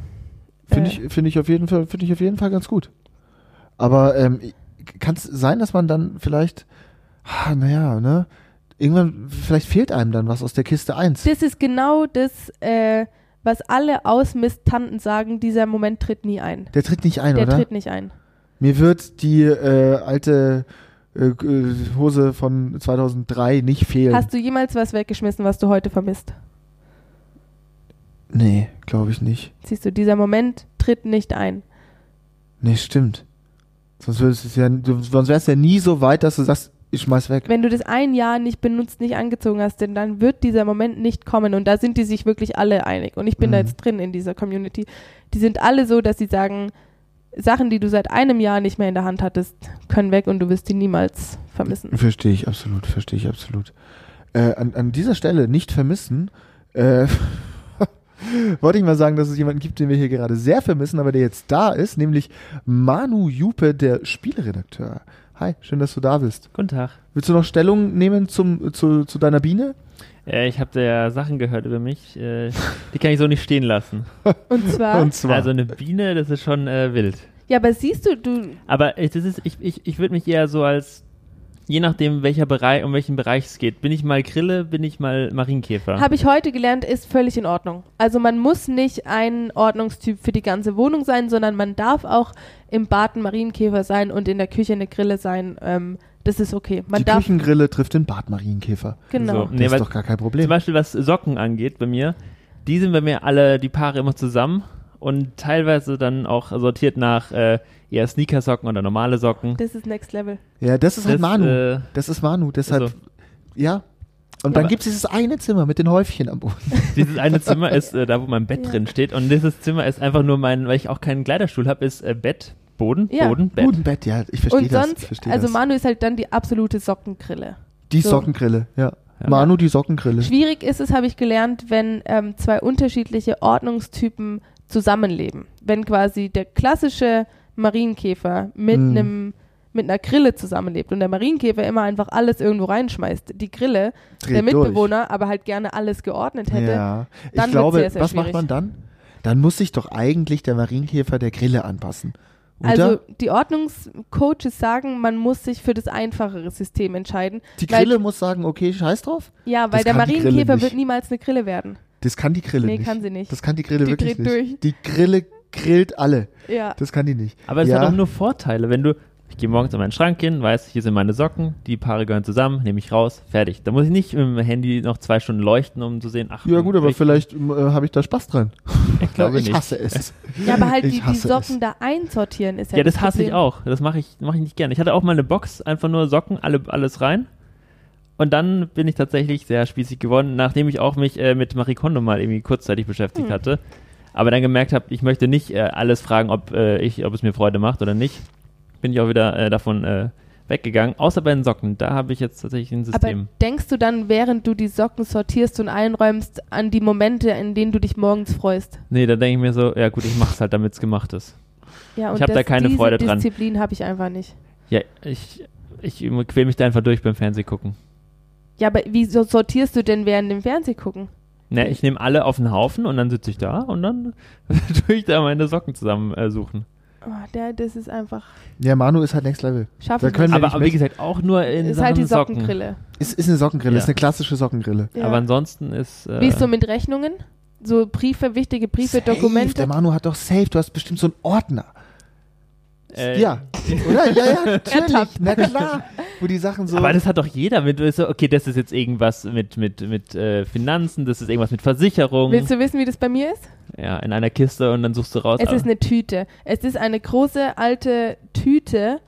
Speaker 1: Finde
Speaker 2: Äh.
Speaker 1: ich, finde ich auf jeden Fall, finde ich auf jeden Fall ganz gut. Aber ähm, kann es sein, dass man dann vielleicht, ah, naja, ne, irgendwann, vielleicht fehlt einem dann was aus der Kiste 1.
Speaker 2: Das ist genau das, äh, was alle Ausmistanten sagen, dieser Moment tritt nie ein.
Speaker 1: Der tritt nicht ein,
Speaker 2: Der
Speaker 1: oder?
Speaker 2: tritt nicht ein.
Speaker 1: Mir wird die äh, alte äh, äh, Hose von 2003 nicht fehlen.
Speaker 2: Hast du jemals was weggeschmissen, was du heute vermisst?
Speaker 1: nee, glaube ich nicht.
Speaker 2: Siehst du, dieser Moment tritt nicht ein.
Speaker 1: Nee, stimmt. Sonst, würdest du es ja, du- sonst wärst du ja nie so weit, dass du sagst, ich schmeiß weg.
Speaker 2: Wenn du das ein Jahr nicht benutzt, nicht angezogen hast, denn dann wird dieser Moment nicht kommen. Und da sind die sich wirklich alle einig. Und ich bin da
Speaker 1: Mhm.
Speaker 2: jetzt drin in dieser Community. Die sind alle so, dass sie sagen, Sachen, die du seit einem Jahr nicht mehr in der Hand hattest, können weg und du wirst die niemals vermissen.
Speaker 1: Verstehe ich absolut, verstehe ich absolut. Äh, an, an dieser Stelle nicht vermissen, äh, wollte ich mal sagen, dass es jemanden gibt, den wir hier gerade sehr vermissen, aber der jetzt da ist, nämlich Manu Jupe, der Spielredakteur. Hi, schön, dass du da bist.
Speaker 3: Guten Tag.
Speaker 1: Willst du noch Stellung nehmen zum, zu, zu deiner Biene?
Speaker 3: Äh, ich habe da Sachen gehört über mich, äh, die kann ich so nicht stehen lassen.
Speaker 2: Und zwar,
Speaker 1: Und zwar.
Speaker 3: Also eine Biene, das ist schon äh, wild.
Speaker 2: ja, aber siehst du, du,
Speaker 3: Aber ich, das ist, ich, ich, ich würde mich eher so als, je nachdem, welcher Bereich, um welchen Bereich es geht, bin ich mal Grille, bin ich mal Marienkäfer.
Speaker 2: Habe ich heute gelernt, ist völlig in Ordnung. Also man muss nicht ein Ordnungstyp für die ganze Wohnung sein, sondern man darf auch im Bad ein Marienkäfer sein und in der Küche eine Grille sein. Ähm, das ist okay. Man
Speaker 1: die
Speaker 2: darf
Speaker 1: Küchengrille trifft den Bartmarienkäfer.
Speaker 2: genau.
Speaker 3: So.
Speaker 1: Das
Speaker 3: Nee,
Speaker 1: ist
Speaker 3: weil-
Speaker 1: doch gar kein
Speaker 3: Zum
Speaker 1: Problem.
Speaker 3: Beispiel was Socken angeht bei mir, die sind bei mir alle, die Paare immer zusammen und teilweise dann auch sortiert nach äh, eher Sneakersocken oder normale Socken.
Speaker 2: Das ist Next Level.
Speaker 1: Ja, das ist halt
Speaker 3: Das,
Speaker 1: Manu.
Speaker 3: äh,
Speaker 1: das ist Manu, deshalb,
Speaker 3: also-
Speaker 1: ja. Und dann
Speaker 3: Aber-
Speaker 1: gibt es dieses eine Zimmer mit den Häufchen am Boden.
Speaker 3: Dieses eine Zimmer ist äh, da, wo mein Bett
Speaker 2: Ja.
Speaker 3: drin steht. Und dieses Zimmer ist einfach nur mein, weil ich auch keinen Kleiderstuhl habe, ist äh, Bett, Boden,
Speaker 2: Ja.
Speaker 3: Boden, Bett.
Speaker 1: Bodenbett, ja, ich verstehe
Speaker 2: und
Speaker 1: das.
Speaker 2: sonst,
Speaker 1: ich verstehe
Speaker 2: also
Speaker 1: das.
Speaker 2: Manu ist halt dann die absolute Sockengrille.
Speaker 1: Die
Speaker 2: So.
Speaker 1: Sockengrille, ja.
Speaker 3: Ja.
Speaker 1: Manu, die Sockengrille.
Speaker 2: Schwierig ist es, habe ich gelernt, wenn ähm, zwei unterschiedliche Ordnungstypen zusammenleben. Wenn quasi der klassische Marienkäfer mit
Speaker 1: Mhm.
Speaker 2: einem mit einer Grille zusammenlebt und der Marienkäfer immer einfach alles irgendwo reinschmeißt. Die Grille,
Speaker 1: Dreht
Speaker 2: der
Speaker 1: durch.
Speaker 2: Mitbewohner, aber halt gerne alles geordnet hätte.
Speaker 1: Ja. Ich
Speaker 2: dann wird's
Speaker 1: glaube,
Speaker 2: sehr, sehr
Speaker 1: was macht
Speaker 2: schwierig.
Speaker 1: man dann? Dann muss sich doch eigentlich der Marienkäfer der Grille anpassen. Oder?
Speaker 2: Also die Ordnungscoaches sagen, man muss sich für das einfachere System entscheiden.
Speaker 1: die
Speaker 2: weil-
Speaker 1: Grille muss sagen, okay, scheiß drauf.
Speaker 2: Ja, weil
Speaker 1: Das
Speaker 2: der
Speaker 1: kann die Grille
Speaker 2: Marienkäfer
Speaker 1: nicht.
Speaker 2: wird niemals eine Grille werden.
Speaker 1: Das kann die Grille
Speaker 2: Nee,
Speaker 1: nicht.
Speaker 2: kann sie nicht.
Speaker 1: Das kann die Grille
Speaker 2: Die
Speaker 1: wirklich
Speaker 2: dreht
Speaker 1: nicht.
Speaker 2: durch.
Speaker 1: Die Grille grillt alle.
Speaker 2: Ja.
Speaker 1: Das kann die nicht.
Speaker 3: Aber es
Speaker 1: ja.
Speaker 3: hat auch nur Vorteile, wenn du. Ich gehe morgens an meinen Schrank hin, weiß, hier sind meine Socken, die Paare gehören zusammen, nehme ich raus, fertig. Da muss ich nicht mit dem Handy noch zwei Stunden leuchten, um zu sehen, ach.
Speaker 1: Ja gut, aber
Speaker 3: ich,
Speaker 1: vielleicht äh, habe ich da Spaß dran.
Speaker 3: Ich glaube
Speaker 1: ich
Speaker 3: nicht.
Speaker 1: hasse es.
Speaker 2: ja, aber halt
Speaker 1: Ich
Speaker 2: die, die
Speaker 1: hasse
Speaker 2: Socken
Speaker 1: es.
Speaker 2: da einsortieren ist ja
Speaker 3: Ja, das hasse
Speaker 2: Problem.
Speaker 3: ich auch. Das mache ich, mache ich nicht gerne. Ich hatte auch mal eine Box, einfach nur Socken, alle, alles rein. Und dann bin ich tatsächlich sehr spießig geworden, nachdem ich auch mich äh, mit Marie Kondo mal irgendwie kurzzeitig beschäftigt
Speaker 2: Hm.
Speaker 3: hatte. Aber dann gemerkt habe, ich möchte nicht äh, alles fragen, ob, äh, ich, ob es mir Freude macht oder nicht. Bin ich auch wieder äh, davon äh, weggegangen. Außer bei den Socken. Da habe ich jetzt tatsächlich ein
Speaker 2: Aber
Speaker 3: System.
Speaker 2: denkst du dann, während du die Socken sortierst und einräumst, an die Momente, in denen du dich morgens freust?
Speaker 3: nee, da denke ich mir so, ja gut, ich mache es halt, damit es gemacht ist.
Speaker 2: Ja, und
Speaker 3: Ich hab da
Speaker 2: das-
Speaker 3: keine
Speaker 2: diese
Speaker 3: Freude dran.
Speaker 2: Disziplin habe ich einfach nicht.
Speaker 3: Ja, ich, ich quäl mich da einfach durch beim Fernsehgucken.
Speaker 2: Ja, aber wieso sortierst du denn während dem Fernsehgucken?
Speaker 3: Ne, ich nehme alle auf den Haufen und dann sitze ich da und dann tue ich da meine Socken zusammen äh, suchen.
Speaker 2: Oh, der, das ist einfach
Speaker 1: Ja, Manu ist halt Next Level.
Speaker 2: schaffen.
Speaker 1: Da können wir
Speaker 3: Aber,
Speaker 1: nicht
Speaker 3: aber wie
Speaker 1: mit.
Speaker 3: gesagt, auch nur in
Speaker 2: ist
Speaker 3: Sachen
Speaker 2: halt die
Speaker 3: Socken.
Speaker 2: Sockengrille.
Speaker 1: Ist, ist eine Sockengrille,
Speaker 3: Ja.
Speaker 1: ist eine klassische Sockengrille.
Speaker 2: Ja.
Speaker 3: Aber ansonsten ist. Äh,
Speaker 2: Wie ist so mit Rechnungen? So Briefe, wichtige Briefe,
Speaker 1: Safe, Der
Speaker 2: Dokumente.
Speaker 1: Manu hat doch safe, du hast bestimmt so einen Ordner.
Speaker 3: äh,
Speaker 1: Ja, oder? Ja, ja, natürlich. Na klar. Wo die Sachen
Speaker 2: also
Speaker 1: so.
Speaker 3: Aber das hat doch jeder mit, so, okay, das ist jetzt irgendwas mit, mit, mit äh, Finanzen, das ist irgendwas mit Versicherung.
Speaker 2: Willst du wissen, wie das bei mir ist?
Speaker 3: Ja, in einer Kiste und dann suchst du raus.
Speaker 2: Es
Speaker 3: aber-
Speaker 2: ist eine Tüte. Es ist eine große alte Tüte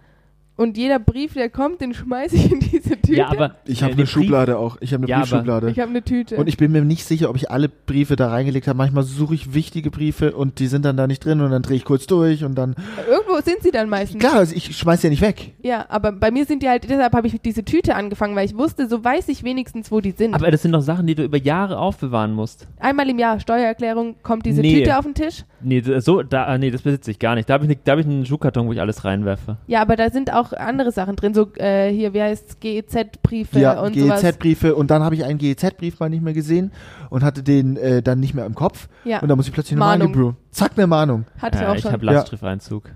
Speaker 2: Und jeder Brief, der kommt, den schmeiße ich in diese Tüte.
Speaker 3: Ja, aber
Speaker 1: Ich habe
Speaker 3: äh,
Speaker 1: eine
Speaker 3: den Brief-
Speaker 1: Schublade auch. Ich habe eine
Speaker 3: Ja, aber-
Speaker 1: Briefschublade.
Speaker 2: ich habe eine Tüte.
Speaker 1: Und ich bin mir nicht sicher, ob ich alle Briefe da reingelegt habe. Manchmal suche ich wichtige Briefe und die sind dann da nicht drin und dann drehe ich kurz durch und dann.
Speaker 2: Irgendwo sind sie dann meistens.
Speaker 1: Klar, also ich schmeiß ja nicht weg.
Speaker 2: Ja, aber bei mir sind die halt, deshalb habe ich diese Tüte angefangen, weil ich wusste, so weiß ich wenigstens, wo die sind.
Speaker 3: Aber das sind doch Sachen, die du über Jahre aufbewahren musst.
Speaker 2: Einmal im Jahr, Steuererklärung, kommt diese
Speaker 3: Nee.
Speaker 2: Tüte auf den Tisch.
Speaker 3: Nee, d- so, da, ah, nee das besitze ich gar nicht. Da habe ich, ne, da hab ich einen Schuhkarton, wo ich alles reinwerfe.
Speaker 2: Ja, aber da sind auch andere Sachen drin, so äh, hier, wie heißt GEZ-Briefe
Speaker 1: Ja, E
Speaker 2: und sowas.
Speaker 1: GEZ-Briefe und dann habe ich einen GEZ-Brief mal nicht mehr gesehen und hatte den äh, dann nicht mehr im Kopf.
Speaker 2: Ja,
Speaker 1: Und da muss ich plötzlich nochmal in die
Speaker 2: Mahnung.
Speaker 1: Brew. Zack, eine Mahnung.
Speaker 2: hatte
Speaker 3: ja,
Speaker 2: ich auch
Speaker 3: ich habe
Speaker 2: schon.
Speaker 3: Lastschrifteinzug.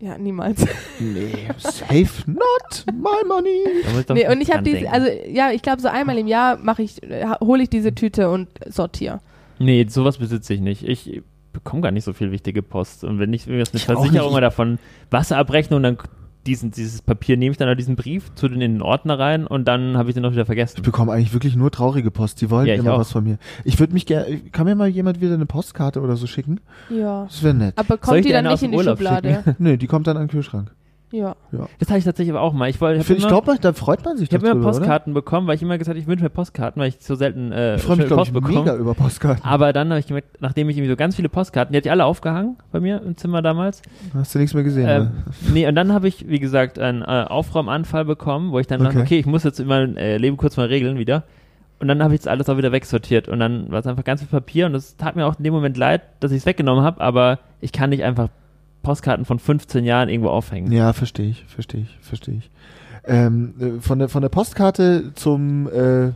Speaker 2: Ja, niemals.
Speaker 1: Nee, safe not my money.
Speaker 3: Da muss ich doch
Speaker 2: Nee, und ich habe
Speaker 3: dran
Speaker 2: diese,
Speaker 3: denken.
Speaker 2: also ja, ich glaube, so einmal im Jahr mache ich, hole ich diese Tüte und sortiere.
Speaker 3: Nee, sowas besitze ich nicht. Ich bekomme gar nicht so viel wichtige Post. Und wenn ich irgendwas mit
Speaker 1: Ich auch
Speaker 3: Versicherung
Speaker 1: nicht.
Speaker 3: oder von Wasserabrechnung, dann diesen, dieses Papier nehme ich dann oder diesen Brief, zu den in den Ordner rein und dann habe ich den auch wieder vergessen.
Speaker 1: Ich bekomme eigentlich wirklich nur traurige Post. Die wollen
Speaker 3: Ja, ich
Speaker 1: immer
Speaker 3: auch.
Speaker 1: was von mir. Ich würde mich gerne. Kann mir mal jemand wieder eine Postkarte oder so schicken?
Speaker 2: Ja.
Speaker 1: Das wäre nett.
Speaker 2: Aber
Speaker 3: Soll
Speaker 2: kommt
Speaker 3: ich
Speaker 2: die
Speaker 3: dir
Speaker 2: dann
Speaker 3: eine aus
Speaker 2: nicht in die
Speaker 3: dem Urlaub
Speaker 2: Schublade?
Speaker 1: Nee, die kommt dann an den Kühlschrank.
Speaker 2: Ja.
Speaker 3: Das hatte ich tatsächlich aber auch mal. Ich, wollte-
Speaker 1: Ich
Speaker 3: ich habe
Speaker 1: finde, ich
Speaker 3: immer,
Speaker 1: glaube, da freut man sich
Speaker 3: ich hab
Speaker 1: doch
Speaker 3: immer
Speaker 1: drüber, oder?
Speaker 3: Postkarten bekommen, weil ich immer gesagt habe, ich wünsche mir Postkarten, weil ich so selten äh,
Speaker 1: Ich freue mich,
Speaker 3: schöne
Speaker 1: glaube
Speaker 3: Post
Speaker 1: ich,
Speaker 3: bekomme.
Speaker 1: mega über Postkarten.
Speaker 3: Aber dann habe ich gemerkt, nachdem ich irgendwie so ganz viele Postkarten, die hatte ich alle aufgehangen bei mir im Zimmer damals.
Speaker 1: Hast du nichts mehr gesehen?
Speaker 3: Ähm,
Speaker 1: ne?
Speaker 3: nee, und dann habe ich, wie gesagt, einen äh, Aufraumanfall bekommen, wo ich dann dachte,
Speaker 1: Okay.
Speaker 3: okay, ich muss jetzt in meinem äh, Leben kurz mal regeln wieder. Und dann habe ich das alles auch wieder wegsortiert. Und dann war es einfach ganz viel Papier. Und es tat mir auch in dem Moment leid, dass ich es weggenommen habe. Aber ich kann nicht einfach Postkarten von 15 Jahren irgendwo aufhängen.
Speaker 1: Ja, verstehe ich, verstehe ich, verstehe ich. Ähm, äh, von, der, von der Postkarte zum äh,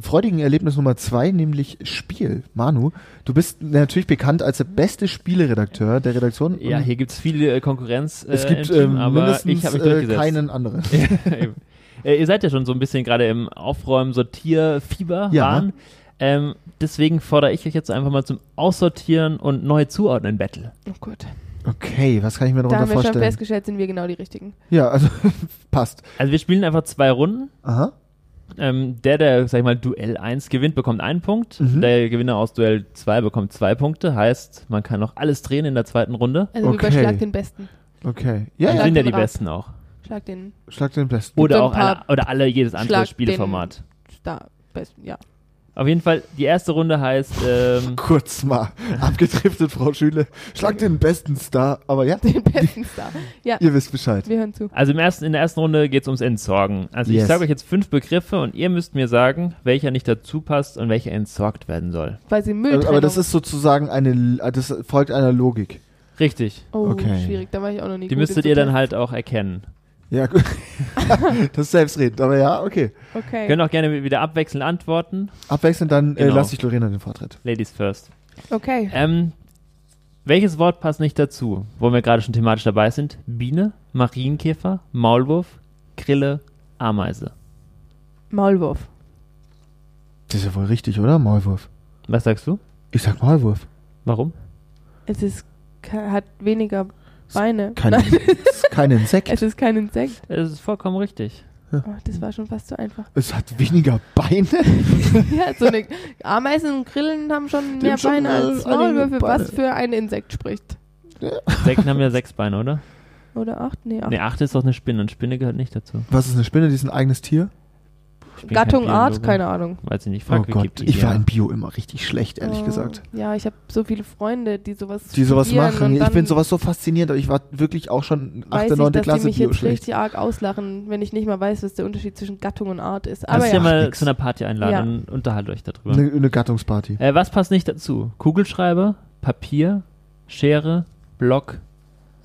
Speaker 1: freudigen Erlebnis Nummer zwei, nämlich Spiel. Manu, du bist natürlich bekannt als der beste Spieleredakteur der Redaktion.
Speaker 3: Ja,
Speaker 1: Und
Speaker 3: hier gibt es viele äh, Konkurrenz. Äh,
Speaker 1: es gibt
Speaker 3: im Team,
Speaker 1: ähm,
Speaker 3: aber ich
Speaker 1: mindestens
Speaker 3: habe mich
Speaker 1: äh,
Speaker 3: durchgesetzt.
Speaker 1: keinen anderen.
Speaker 3: Eben. äh, ihr seid ja schon so ein bisschen gerade im Aufräumen, Sortierfieber
Speaker 1: Ja.
Speaker 3: waren. Ähm, deswegen fordere ich euch jetzt einfach mal zum Aussortieren und neu zuordnen Battle.
Speaker 2: Oh Gott.
Speaker 1: Okay, was kann ich mir
Speaker 2: Da
Speaker 1: darunter
Speaker 2: haben wir schon
Speaker 1: vorstellen?
Speaker 2: festgestellt, sind wir genau die richtigen.
Speaker 1: Ja, also passt.
Speaker 3: Also wir spielen einfach zwei Runden.
Speaker 1: Aha.
Speaker 3: Ähm, der, der, sag ich mal, Duell 1 gewinnt, bekommt einen Punkt.
Speaker 1: Mhm.
Speaker 3: Der Gewinner aus Duell 2 bekommt zwei Punkte. Heißt, man kann noch alles drehen in der zweiten Runde.
Speaker 2: Also
Speaker 1: Okay.
Speaker 2: überschlag den Besten.
Speaker 1: Okay. Ja,
Speaker 3: wir
Speaker 1: ja.
Speaker 3: sind ja
Speaker 2: den
Speaker 3: die
Speaker 2: Rat.
Speaker 3: Besten auch.
Speaker 2: Schlag den
Speaker 1: Schlag den besten.
Speaker 3: Oder
Speaker 2: genau. so ein
Speaker 3: auch alle,
Speaker 2: paar
Speaker 3: oder alle jedes andere
Speaker 2: Schlag den-
Speaker 3: Spielformat.
Speaker 2: Star. Besten. Ja.
Speaker 3: Auf jeden Fall, die erste Runde heißt, ähm,
Speaker 1: Kurz mal abgedriftet, Frau Schüle. Schlag den besten Star. Aber ja,
Speaker 2: Den besten Star. Ja.
Speaker 1: ihr wisst Bescheid.
Speaker 2: Wir hören zu.
Speaker 3: Also im ersten, in der ersten Runde geht es ums Entsorgen. Also ich
Speaker 1: Yes.
Speaker 3: sage euch jetzt fünf Begriffe und ihr müsst mir sagen, welcher nicht dazu passt und welcher entsorgt werden soll.
Speaker 2: Weil sie Müll
Speaker 1: Also, Aber das ist sozusagen eine, ah, das folgt einer Logik.
Speaker 3: Richtig.
Speaker 2: Oh,
Speaker 1: Okay.
Speaker 2: schwierig. Da war ich auch noch nie
Speaker 3: Die
Speaker 2: gut
Speaker 3: müsstet
Speaker 2: in
Speaker 3: ihr
Speaker 2: so
Speaker 3: dann halt auch erkennen.
Speaker 1: Ja, gut. das ist selbstredend, aber ja, okay.
Speaker 2: Okay.
Speaker 3: Könnt auch gerne wieder abwechselnd antworten.
Speaker 1: Abwechselnd, dann äh,
Speaker 3: Genau.
Speaker 1: lasse ich Lorena den Vortritt.
Speaker 3: Ladies first.
Speaker 2: Okay.
Speaker 3: Ähm, welches Wort passt nicht dazu, wo wir gerade schon thematisch dabei sind? Biene, Marienkäfer, Maulwurf, Grille, Ameise.
Speaker 2: Maulwurf.
Speaker 1: Das ist ja wohl richtig, oder? Maulwurf.
Speaker 3: Was sagst du?
Speaker 1: Ich sag Maulwurf.
Speaker 3: Warum?
Speaker 2: Es ist ke- hat weniger Beine.
Speaker 1: Kein,
Speaker 2: Nein,
Speaker 1: ist kein Insekt.
Speaker 2: es ist kein Insekt.
Speaker 3: Es ist vollkommen richtig.
Speaker 2: Oh, das war schon fast zu einfach.
Speaker 1: Es hat weniger Beine.
Speaker 2: Ja, so eine Ameisen und Grillen haben schon
Speaker 1: Die
Speaker 2: mehr
Speaker 1: haben schon
Speaker 2: Beine
Speaker 1: alle-
Speaker 2: als
Speaker 1: alle
Speaker 2: Maulwürfe,
Speaker 1: Beine.
Speaker 2: was für ein Insekt spricht.
Speaker 3: Insekten haben ja sechs Beine, oder?
Speaker 2: Oder acht? Nee, acht.
Speaker 3: Ne, acht ist doch eine Spinne und Spinne gehört nicht dazu.
Speaker 1: Was ist eine Spinne? Die ist ein eigenes Tier?
Speaker 3: Ich bin kein
Speaker 2: Gattung, Art?
Speaker 3: Biologe.
Speaker 2: Keine Ahnung.
Speaker 3: Weiß ich nicht, frag
Speaker 1: oh Gott,
Speaker 3: Wikipedia.
Speaker 1: ich war in Bio immer richtig schlecht, ehrlich
Speaker 2: Oh,
Speaker 1: gesagt.
Speaker 2: Ja, ich habe so viele Freunde, die sowas
Speaker 1: Die sowas
Speaker 2: studieren und
Speaker 1: machen. Ich
Speaker 2: dann
Speaker 1: finde sowas so faszinierend, aber ich war wirklich auch schon 8.,
Speaker 2: weiß
Speaker 1: 9.
Speaker 2: ich, dass die
Speaker 1: Klasse
Speaker 2: mich
Speaker 1: Bio
Speaker 2: jetzt
Speaker 1: schlecht.
Speaker 2: richtig arg auslachen, wenn ich nicht mal weiß, was der Unterschied zwischen Gattung und Art ist. Aber
Speaker 3: Lass
Speaker 2: ja,
Speaker 3: ja, mal
Speaker 1: nix.
Speaker 3: zu einer Party einladen
Speaker 2: Ja.
Speaker 3: und unterhaltet euch darüber.
Speaker 1: Eine, eine Gattungsparty.
Speaker 3: Äh, was passt nicht dazu? Kugelschreiber, Papier, Schere, Block,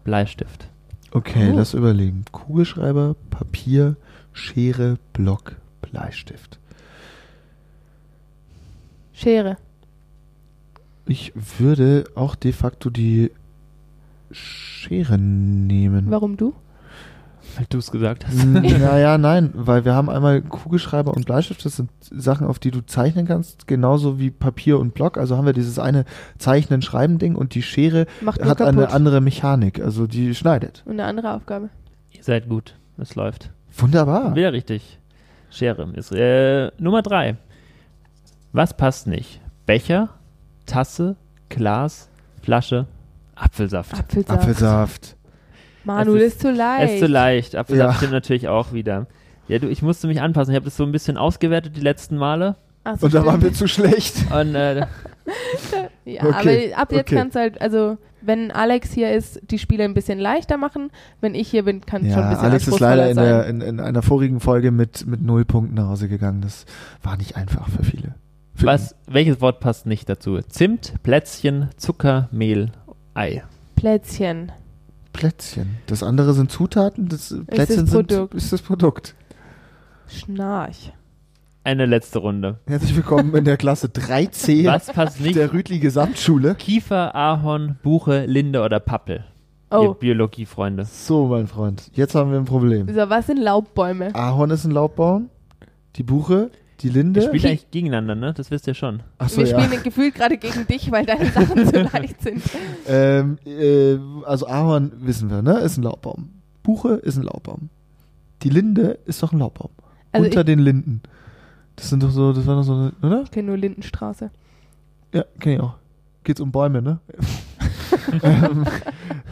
Speaker 3: Bleistift.
Speaker 1: Okay,
Speaker 2: Oh.
Speaker 1: lass überlegen. Kugelschreiber, Papier, Schere, Block, Bleistift.
Speaker 2: Schere.
Speaker 1: Ich würde auch de facto die Schere nehmen.
Speaker 2: Warum du?
Speaker 3: Weil du es gesagt hast.
Speaker 1: N- Naja, nein, weil wir haben einmal Kugelschreiber und Bleistift, das sind Sachen, auf die du zeichnen kannst, genauso wie Papier und Block. Also haben wir dieses eine Zeichnen-Schreiben-Ding und die Schere
Speaker 2: Macht nur
Speaker 1: hat
Speaker 2: kaputt.
Speaker 1: eine andere Mechanik, also die schneidet.
Speaker 2: und eine andere Aufgabe.
Speaker 3: Ihr seid gut. Es läuft.
Speaker 1: Wunderbar.
Speaker 3: Wieder richtig. Schere ist äh, Nummer drei. Was passt nicht? Becher, Tasse, Glas, Flasche, Apfelsaft.
Speaker 2: Apfelsaft.
Speaker 1: Apfelsaft.
Speaker 2: Manuel
Speaker 3: Es
Speaker 2: ist, zu leicht.
Speaker 3: Es ist zu leicht. Apfelsaft
Speaker 1: Ja.
Speaker 3: stimmt natürlich auch wieder. Ja, du, ich musste mich anpassen. Ich habe das so ein bisschen ausgewertet die letzten Male.
Speaker 2: Ach so,
Speaker 1: Und da waren wir
Speaker 2: stimmt.
Speaker 1: zu schlecht.
Speaker 3: Und äh,
Speaker 2: Ja,
Speaker 1: Okay,
Speaker 2: aber ab jetzt
Speaker 1: okay.
Speaker 2: kannst du halt, also wenn Alex hier ist, die Spiele ein bisschen leichter machen. Wenn ich hier bin, kann es schon ein bisschen
Speaker 1: Alex ist
Speaker 2: anspruchsvoller
Speaker 1: leider in,
Speaker 2: sein.
Speaker 1: der, in, in einer vorigen Folge mit, mit null Punkten nach Hause gegangen. Das war nicht einfach für viele. Für
Speaker 3: was, welches Wort passt nicht dazu? Zimt, Plätzchen, Zucker, Mehl, Ei.
Speaker 2: Plätzchen.
Speaker 1: Plätzchen. Das andere sind Zutaten, das Plätzchen sind,
Speaker 2: Produkt.
Speaker 1: ist das Produkt.
Speaker 2: Schnarch.
Speaker 3: Eine letzte Runde.
Speaker 1: Herzlich willkommen in der Klasse 3C
Speaker 3: Was passt nicht?
Speaker 1: der Rütli Gesamtschule.
Speaker 3: Kiefer, Ahorn, Buche, Linde oder Pappel? Ihr
Speaker 2: Oh,
Speaker 3: Biologiefreunde.
Speaker 1: So, mein Freund, jetzt haben wir ein Problem.
Speaker 2: so, was sind Laubbäume?
Speaker 1: Ahorn ist ein Laubbaum, die Buche, die
Speaker 3: Ihr
Speaker 1: Linde.
Speaker 3: spielt eigentlich gegeneinander, ne? Das wisst ihr schon.
Speaker 1: Achso,
Speaker 2: wir
Speaker 1: ja.
Speaker 2: spielen gefühlt gerade gegen dich, weil deine Sachen zu leicht sind.
Speaker 1: Ähm, äh, also Ahorn wissen wir, ne? Ist ein Laubbaum. Buche ist ein Laubbaum. Die Linde ist doch ein Laubbaum.
Speaker 2: Also
Speaker 1: Unter
Speaker 2: ich
Speaker 1: den Linden. Das sind doch so, das war doch so, eine- oder?
Speaker 2: kenne nur Lindenstraße.
Speaker 1: Ja, kenne ich auch. Geht's um Bäume, ne? ähm,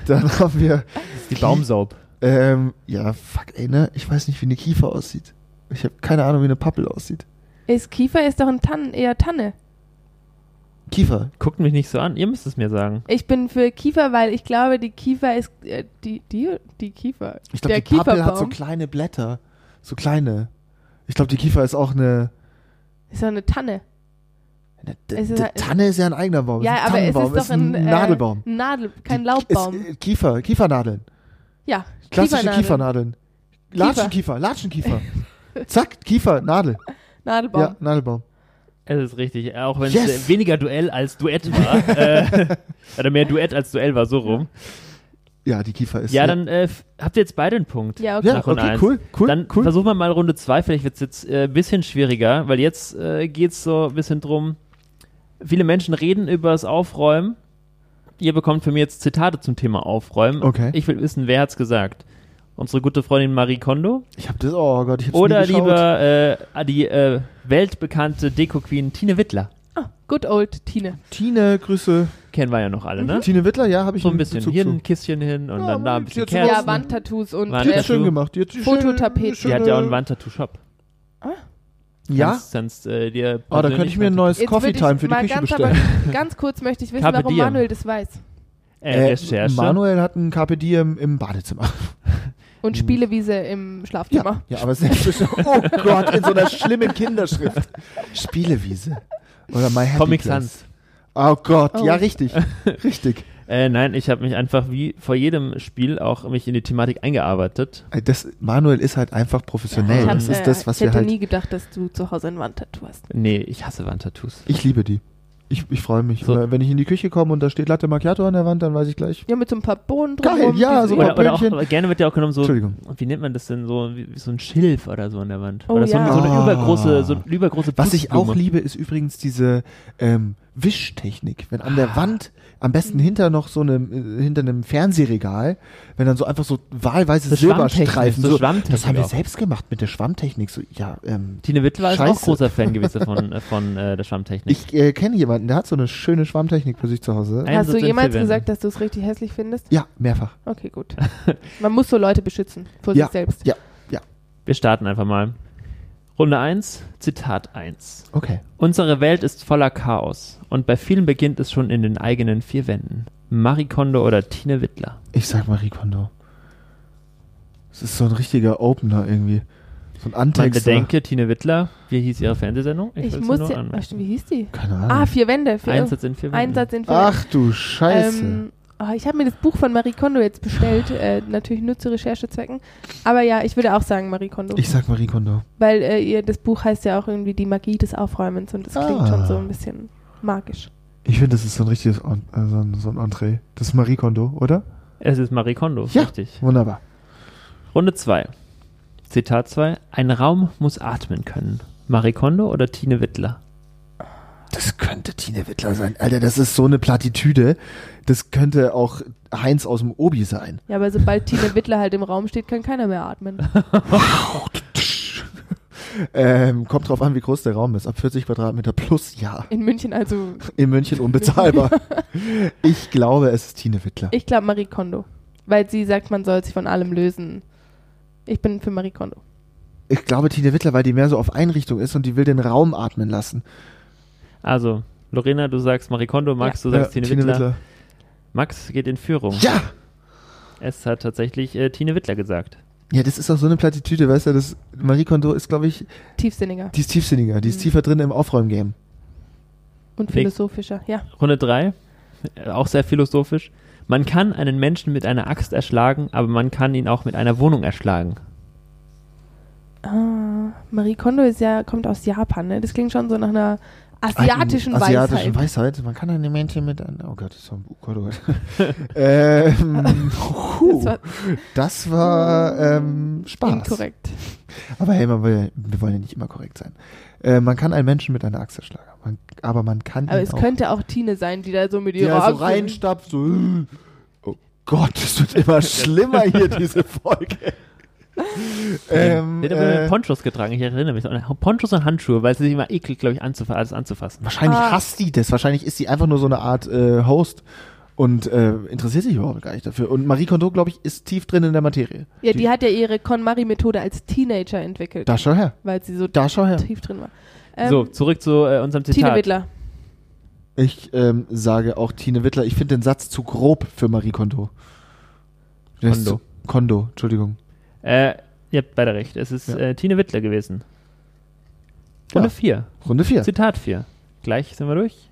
Speaker 1: dann haben wir,
Speaker 3: Das ist die Baumsaub.
Speaker 1: ähm, ja, fuck, ey, ne? Ich weiß nicht, wie eine Kiefer aussieht. Ich habe keine Ahnung, wie eine Pappel aussieht.
Speaker 2: Ist Kiefer ist doch ein Tannen, eher Tanne.
Speaker 1: Kiefer.
Speaker 3: Guckt mich nicht so an. Ihr müsst es mir sagen.
Speaker 2: Ich bin für Kiefer, weil ich glaube, die Kiefer ist äh, die die die Kiefer.
Speaker 1: Ich glaube,
Speaker 2: Der
Speaker 1: die Pappel hat so
Speaker 2: Kieferbaum.
Speaker 1: kleine Blätter. So kleine. Ich glaube, die Kiefer ist auch eine.
Speaker 2: Ist doch eine Tanne.
Speaker 1: eine
Speaker 2: Es ist
Speaker 1: die
Speaker 2: halt-
Speaker 1: Tanne ist ja ein eigener Baum.
Speaker 2: ja,
Speaker 1: ist ein
Speaker 2: aber es
Speaker 1: Tannenbaum,
Speaker 2: ist doch ein, äh,
Speaker 1: Nadelbaum.
Speaker 2: Nadel, kein
Speaker 1: Die-
Speaker 2: Laubbaum.
Speaker 1: Ist, äh, Kiefer, Kiefernadeln.
Speaker 2: ja,
Speaker 1: Klassische
Speaker 2: Kiefernadel.
Speaker 1: Kiefernadeln. Latschenkiefer, Latschenkiefer. Zack, Kiefer, Nadel.
Speaker 2: Nadelbaum.
Speaker 1: Ja, Nadelbaum.
Speaker 3: Es ist richtig. Auch wenn
Speaker 1: Yes!
Speaker 3: es äh, weniger Duell als Duett war. äh, oder mehr Duett als Duell war, so rum.
Speaker 1: Ja, die Kiefer ist.
Speaker 3: Ja, dann äh, f- habt ihr jetzt beide einen Punkt.
Speaker 2: Ja, okay.
Speaker 1: Ja,
Speaker 3: Nach Runde
Speaker 1: okay,
Speaker 3: eins.
Speaker 1: cool, cool,
Speaker 3: Dann
Speaker 1: cool.
Speaker 3: versuchen wir mal Runde 2. Vielleicht wird es jetzt äh, ein bisschen schwieriger, weil jetzt äh, geht es so ein bisschen drum. Viele Menschen reden über das Aufräumen. Ihr bekommt von mir jetzt Zitate zum Thema Aufräumen.
Speaker 1: Okay.
Speaker 3: Ich will wissen, wer hat's gesagt? Unsere gute Freundin Marie Kondo
Speaker 1: Ich hab das, oh Gott, ich hab's
Speaker 3: oder
Speaker 1: nie geschaut.
Speaker 3: lieber äh, ah, die äh, weltbekannte Deko-Queen Tine Wittler?
Speaker 2: Ah, good old Tine.
Speaker 1: Tine, Grüße.
Speaker 3: Kennen wir ja noch alle, ne?
Speaker 1: Tine Wittler, ja, habe ich
Speaker 3: So ein
Speaker 1: einen
Speaker 3: bisschen
Speaker 1: Mhm. Bezug
Speaker 3: hier
Speaker 1: zu.
Speaker 3: ein Kistchen hin und
Speaker 1: Ja,
Speaker 3: dann da ein
Speaker 1: Moment,
Speaker 3: bisschen
Speaker 1: jetzt
Speaker 3: Kerzen.
Speaker 1: Ja,
Speaker 2: Ja, Wandtattoos und
Speaker 1: Die
Speaker 3: Wand-
Speaker 1: hat's
Speaker 2: äh,
Speaker 3: Tattoo.
Speaker 1: schön gemacht. Die hat die
Speaker 2: Fototapeten.
Speaker 1: schöne-
Speaker 3: Die hat ja auch einen
Speaker 1: schöne-
Speaker 3: Wandtattoo-Shop.
Speaker 1: Ja?
Speaker 3: Kannst, kannst, äh, dir
Speaker 1: Oh, da könnte ich mir ein neues
Speaker 2: jetzt
Speaker 1: Coffee
Speaker 2: würd ich
Speaker 1: Time für die
Speaker 2: mal
Speaker 1: Küche
Speaker 2: ganz,
Speaker 1: bestellen.
Speaker 2: Aber, ganz kurz möchte ich wissen,
Speaker 3: Carpe
Speaker 2: warum
Speaker 3: diem.
Speaker 2: Manuel das weiß.
Speaker 3: äh, Recherche.
Speaker 1: Manuel hat einen Carpe Diem im Badezimmer.
Speaker 2: Und Spielewiese im Schlafzimmer.
Speaker 1: Mhm. ja aber selbst. Oh Gott, in so einer schlimmen Kinderschrift. Spielewiese. Oder My Happy
Speaker 3: Comic
Speaker 1: Place.
Speaker 3: Sans.
Speaker 1: Oh Gott,
Speaker 2: Oh.
Speaker 1: ja, richtig. Richtig.
Speaker 3: Äh, nein, ich habe mich einfach wie vor jedem Spiel auch mich in die Thematik eingearbeitet.
Speaker 1: Das, Manuel ist halt einfach professionell.
Speaker 2: ich hab,
Speaker 1: das ist
Speaker 2: äh,
Speaker 1: das, was
Speaker 2: ich
Speaker 1: wir
Speaker 2: hätte
Speaker 1: halt.
Speaker 2: nie gedacht, dass du zu Hause ein Wandtattoo hast.
Speaker 3: Nee, ich hasse Wandtattoos.
Speaker 1: Ich liebe die. Ich, ich freue mich.
Speaker 3: So.
Speaker 1: Oder Wenn ich in die Küche komme und da steht Latte Macchiato an der Wand, dann weiß ich gleich.
Speaker 2: Ja, mit so ein paar Bohnen
Speaker 1: Geil,
Speaker 2: drum.
Speaker 1: ja, so
Speaker 3: Oder, oder auch,
Speaker 1: Pöbelchen.
Speaker 3: aber gerne wird ja auch genommen so,
Speaker 1: Entschuldigung.
Speaker 3: wie nennt man das denn, so wie, wie so ein Schilf oder so an der Wand.
Speaker 2: Oh
Speaker 3: oder so,
Speaker 2: ja.
Speaker 3: so eine
Speaker 1: Ah.
Speaker 3: übergroße, so eine übergroße
Speaker 1: Was ich auch
Speaker 3: Putzblume.
Speaker 1: liebe, ist übrigens diese ähm, Wischtechnik. Wenn an
Speaker 3: Ah.
Speaker 1: der Wand, am besten
Speaker 3: Mhm.
Speaker 1: hinter noch so einem, äh, hinter einem Fernsehregal, wenn dann so einfach so wahlweise
Speaker 3: So Schwammtechnik,
Speaker 1: Silberstreifen.
Speaker 3: so
Speaker 1: So,
Speaker 3: Schwammtechnik
Speaker 1: das haben wir
Speaker 3: auch.
Speaker 1: selbst gemacht mit der Schwammtechnik. So, ja, ähm,
Speaker 3: Tine Wittler ist auch
Speaker 1: Scheiße.
Speaker 3: großer Fan gewesen von, äh, von äh, der Schwammtechnik.
Speaker 1: ich äh, kenne jemanden, der hat so eine schöne Schwammtechnik bei sich zu Hause.
Speaker 3: Ein-
Speaker 2: Hast du
Speaker 3: Einsatz in
Speaker 2: jemals
Speaker 3: Fellwänden.
Speaker 2: gesagt, dass du es richtig hässlich findest?
Speaker 1: Ja, mehrfach.
Speaker 2: Okay, gut. Man muss so Leute beschützen vor
Speaker 1: Ja,
Speaker 2: sich selbst.
Speaker 1: ja, ja.
Speaker 3: Wir starten einfach mal. Runde 1, Zitat 1.
Speaker 1: Okay.
Speaker 3: Unsere Welt ist voller Chaos und bei vielen beginnt es schon in den eigenen vier Wänden. Marie Kondo oder Tine Wittler?
Speaker 1: Ich sag Marie Kondo. Es ist so ein richtiger Opener irgendwie. So ein
Speaker 3: Man
Speaker 1: Antexter.
Speaker 3: bedenke, Tine Wittler, wie hieß ihre Fernsehsendung?
Speaker 2: Ich,
Speaker 3: will's
Speaker 2: muss
Speaker 3: nur
Speaker 2: ja.
Speaker 3: anmerken.
Speaker 2: Ach, wie hieß die?
Speaker 1: Keine Ahnung.
Speaker 2: Ah, vier Wände. Vier,
Speaker 3: Einsatz in vier Minuten.
Speaker 2: Einsatz in vier
Speaker 1: Ach du Scheiße.
Speaker 2: Ähm, oh, ich habe mir das Buch von Marie Kondo jetzt bestellt, äh, natürlich nur zu Recherchezwecken. Aber ja, ich würde auch sagen Marie Kondo,
Speaker 1: ich sag Marie Kondo.
Speaker 2: weil äh, ihr das Buch heißt ja auch irgendwie die Magie des Aufräumens und das klingt
Speaker 1: Ah.
Speaker 2: schon so ein bisschen magisch.
Speaker 1: Ich finde, das ist so ein richtiges En- äh, so ein, so ein Entree. Das ist Marie Kondo, oder?
Speaker 3: Es ist Marie Kondo,
Speaker 1: Ja.
Speaker 3: richtig.
Speaker 1: Wunderbar.
Speaker 3: Runde 2. Zitat 2. Ein Raum muss atmen können. Marie Kondo oder Tine Wittler?
Speaker 1: Das könnte Tine Wittler sein. Alter, das ist so eine Plattitüde. Das könnte auch Heinz aus dem Obi sein.
Speaker 2: Ja, aber sobald Tine Wittler halt im Raum steht, kann keiner mehr atmen.
Speaker 1: Ähm, kommt drauf an, wie groß der Raum ist. Ab 40 Quadratmeter plus, ja.
Speaker 2: In München also,
Speaker 1: In München unbezahlbar. ich glaube, es ist Tine Wittler.
Speaker 2: ich glaube Marie Kondo. weil sie sagt, man soll sich von allem lösen. Ich bin für Marie Kondo.
Speaker 1: Ich glaube Tine Wittler, weil die mehr so auf Einrichtung ist und die will den Raum atmen lassen.
Speaker 3: Also, Lorena, du sagst Marie Kondo, Max, du sagst Tine, Wittler. Max geht in Führung.
Speaker 1: Ja!
Speaker 3: Es hat tatsächlich äh, Tine Wittler gesagt.
Speaker 1: Ja, das ist auch so eine Plattitüde, weißt du, das Marie Kondo ist, glaube ich,
Speaker 2: Tiefsinniger
Speaker 1: die ist tiefsinniger, die ist
Speaker 2: Mhm.
Speaker 1: tiefer drin im Aufräumen-Game.
Speaker 2: und
Speaker 3: Weg.
Speaker 2: philosophischer. Ja,
Speaker 3: Runde 3, auch sehr philosophisch. Man kann einen Menschen mit einer Axt erschlagen, aber man kann ihn auch mit einer Wohnung erschlagen.
Speaker 2: ah, Marie Kondo ist ja, kommt aus Japan. Ne? Das klingt schon so nach einer asiatischen,
Speaker 1: Alten- Asiatischen
Speaker 2: Weisheit.
Speaker 1: Weisheit. Man kann einen Männchen mit einem. Oh Gott, das war ein Buch. Oh Gott. ähm, puh,
Speaker 2: Das war
Speaker 1: das war ähm, Spaß.
Speaker 2: inkorrekt.
Speaker 1: Aber hey, man will, wir wollen ja nicht immer korrekt sein. Äh, man kann einen Menschen mit einer Axt erschlagen. Man, aber man kann
Speaker 2: Aber
Speaker 1: ihn
Speaker 2: es
Speaker 1: auch,
Speaker 2: könnte auch Tine sein, die da so mit
Speaker 1: der
Speaker 2: ihrer
Speaker 1: so
Speaker 2: Absicht-
Speaker 1: reinstapft, so. äh, Oh Gott, es wird immer schlimmer hier, diese Folge. Ähm,
Speaker 3: Sie hat aber
Speaker 1: äh,
Speaker 3: Ponchos getragen, ich erinnere mich. Und Ponchos und Handschuhe, weil es sich immer ekelt, glaube ich, anzuf alles anzufassen.
Speaker 1: Wahrscheinlich
Speaker 2: Ah.
Speaker 1: hasst die das. Wahrscheinlich ist sie einfach nur so eine Art äh, Host und äh, interessiert sich überhaupt gar nicht dafür. Und Marie Kondo, glaube ich, ist tief drin in der Materie.
Speaker 2: Ja, die, hat ja ihre KonMari-Methode als Teenager entwickelt,
Speaker 1: Da schau her.
Speaker 2: weil sie so
Speaker 1: Da schau her.
Speaker 2: tief drin war. Ähm,
Speaker 3: so, zurück zu äh, unserem Zitat.
Speaker 2: Tine Wittler.
Speaker 1: Ich ähm, sage auch Tine Wittler, ich finde den Satz zu grob für Marie Kondo. Der ist
Speaker 3: Kondo.
Speaker 1: zu- Kondo, Entschuldigung.
Speaker 3: Äh, ihr habt beide recht. Es ist
Speaker 1: Ja.
Speaker 3: äh, Tine Wittler gewesen. Runde
Speaker 1: Ja.
Speaker 3: 4.
Speaker 1: Runde 4.
Speaker 3: Zitat 4. Gleich sind wir durch.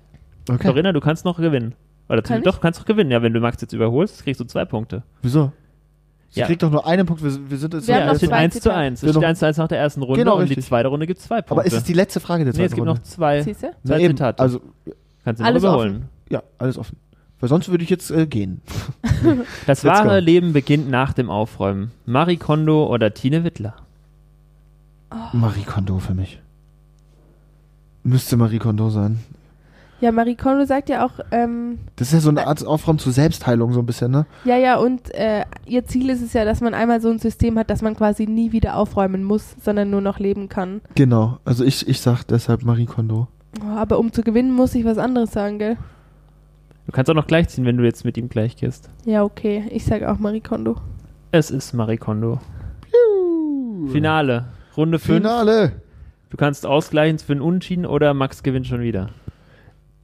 Speaker 1: Okay.
Speaker 3: Corinna, du kannst noch gewinnen. Oder
Speaker 2: Kann ich?
Speaker 3: doch, kannst noch gewinnen. Ja, wenn du Max jetzt überholst, kriegst du zwei Punkte.
Speaker 1: Wieso? Sie
Speaker 3: Ja.
Speaker 1: kriegt doch nur einen Punkt. Wir, wir sind jetzt
Speaker 2: Wir haben
Speaker 3: ja,
Speaker 2: noch
Speaker 3: es steht
Speaker 2: zwei
Speaker 3: 1 zu
Speaker 2: Zitate.
Speaker 3: 1.
Speaker 1: Wir
Speaker 3: Es steht
Speaker 1: noch-
Speaker 3: 1 zu 1 nach der ersten Runde
Speaker 1: Genau,
Speaker 3: und die
Speaker 1: richtig.
Speaker 3: zweite Runde gibt es zwei Punkte.
Speaker 1: Aber ist es die letzte Frage der
Speaker 3: nee, es
Speaker 1: zweiten
Speaker 3: gibt noch
Speaker 1: Runde?
Speaker 3: zwei.
Speaker 2: Siehst du?
Speaker 3: zwei
Speaker 1: Na eben,
Speaker 3: Zitate.
Speaker 1: Also,
Speaker 3: Kannst du noch
Speaker 2: Alles
Speaker 3: überholen.
Speaker 1: ja, alles offen. Weil sonst würde ich jetzt äh, gehen. Let's
Speaker 3: Das wahre
Speaker 1: go.
Speaker 3: Leben beginnt nach dem Aufräumen. Marie Kondo oder Tine Wittler?
Speaker 1: Marie Kondo für mich. Müsste Marie Kondo sein.
Speaker 2: Ja, Marie Kondo sagt ja auch, ähm,
Speaker 1: Das ist ja so eine Art Aufraum zur Selbstheilung, so ein bisschen, ne?
Speaker 2: ja, ja, und äh, ihr Ziel ist es ja, dass man einmal so ein System hat, dass man quasi nie wieder aufräumen muss, sondern nur noch leben kann.
Speaker 1: Genau. Also ich, ich sag deshalb Marie Kondo.
Speaker 2: Oh, aber um zu gewinnen, muss ich was anderes sagen, gell?
Speaker 3: Du kannst auch noch gleich ziehen, wenn du jetzt mit ihm gleich gehst.
Speaker 2: Ja, okay. Ich sage auch Marie Kondo.
Speaker 3: Es ist Marie Kondo. Finale. Runde 5.
Speaker 1: Finale.
Speaker 3: Du kannst ausgleichen für einen Unentschieden oder Max gewinnt schon wieder.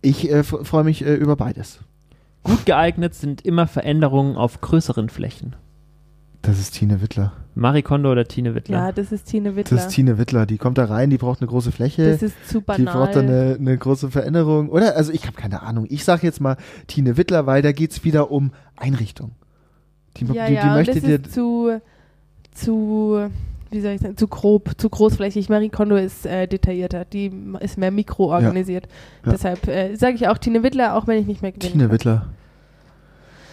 Speaker 1: Ich äh, freue mich äh, über beides.
Speaker 3: Gut geeignet sind immer Veränderungen auf größeren Flächen.
Speaker 1: Das ist Tine Wittler.
Speaker 3: Marie Kondo oder Tine
Speaker 2: Ja,
Speaker 3: Wittler?
Speaker 2: das ist Tine
Speaker 1: Das
Speaker 2: Wittler.
Speaker 1: ist Tine Wittler. Die kommt da rein, die braucht eine große Fläche.
Speaker 2: Das ist zu
Speaker 1: Die ne?
Speaker 2: banal.
Speaker 1: braucht dann eine, eine große Veränderung. Oder? Also ich habe keine Ahnung. Ich sage jetzt mal Tine Wittler, weil da geht's wieder um Einrichtung. Die,
Speaker 2: ja,
Speaker 1: die,
Speaker 2: ja,
Speaker 1: die
Speaker 2: und
Speaker 1: möchte
Speaker 2: das
Speaker 1: dir.
Speaker 2: ist zu, zu, wie soll ich sagen, zu grob, zu großflächig. Marie Kondo ist äh, detaillierter, die m- ist mehr mikroorganisiert.
Speaker 1: Ja.
Speaker 2: Deshalb äh, sage ich auch Tine Wittler, auch wenn ich nicht mehr gewinne.
Speaker 1: Tine Wittler.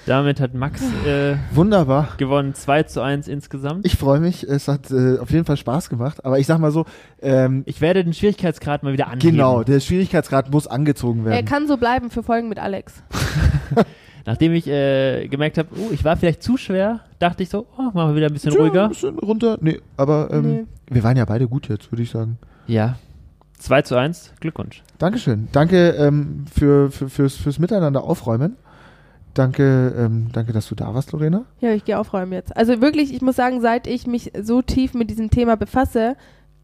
Speaker 3: Damit hat Max äh,
Speaker 1: Wunderbar.
Speaker 3: gewonnen. 2 zu 1 insgesamt.
Speaker 1: Ich freue mich. Es hat äh, auf jeden Fall Spaß gemacht. Aber ich sag mal so, ähm,
Speaker 3: Ich werde den Schwierigkeitsgrad mal wieder anheben.
Speaker 1: genau, der Schwierigkeitsgrad muss angezogen
Speaker 2: Er
Speaker 1: werden.
Speaker 2: Äh, kann so bleiben für Folgen mit Alex.
Speaker 3: Nachdem ich äh, gemerkt habe, oh, ich war vielleicht zu schwer, dachte ich so, oh, machen wir wieder ein bisschen
Speaker 1: Tja,
Speaker 3: ruhiger.
Speaker 1: Ein bisschen runter. Nee, aber ähm,
Speaker 2: Nee.
Speaker 1: wir waren ja beide gut jetzt, würde ich sagen.
Speaker 3: Ja. 2 zu 1, Glückwunsch.
Speaker 1: Dankeschön. Danke ähm, für, für, fürs, fürs Miteinander aufräumen. Danke, ähm, danke, dass du da warst, Lorena.
Speaker 2: Ja, ich gehe aufräumen jetzt. Also wirklich, ich muss sagen, seit ich mich so tief mit diesem Thema befasse,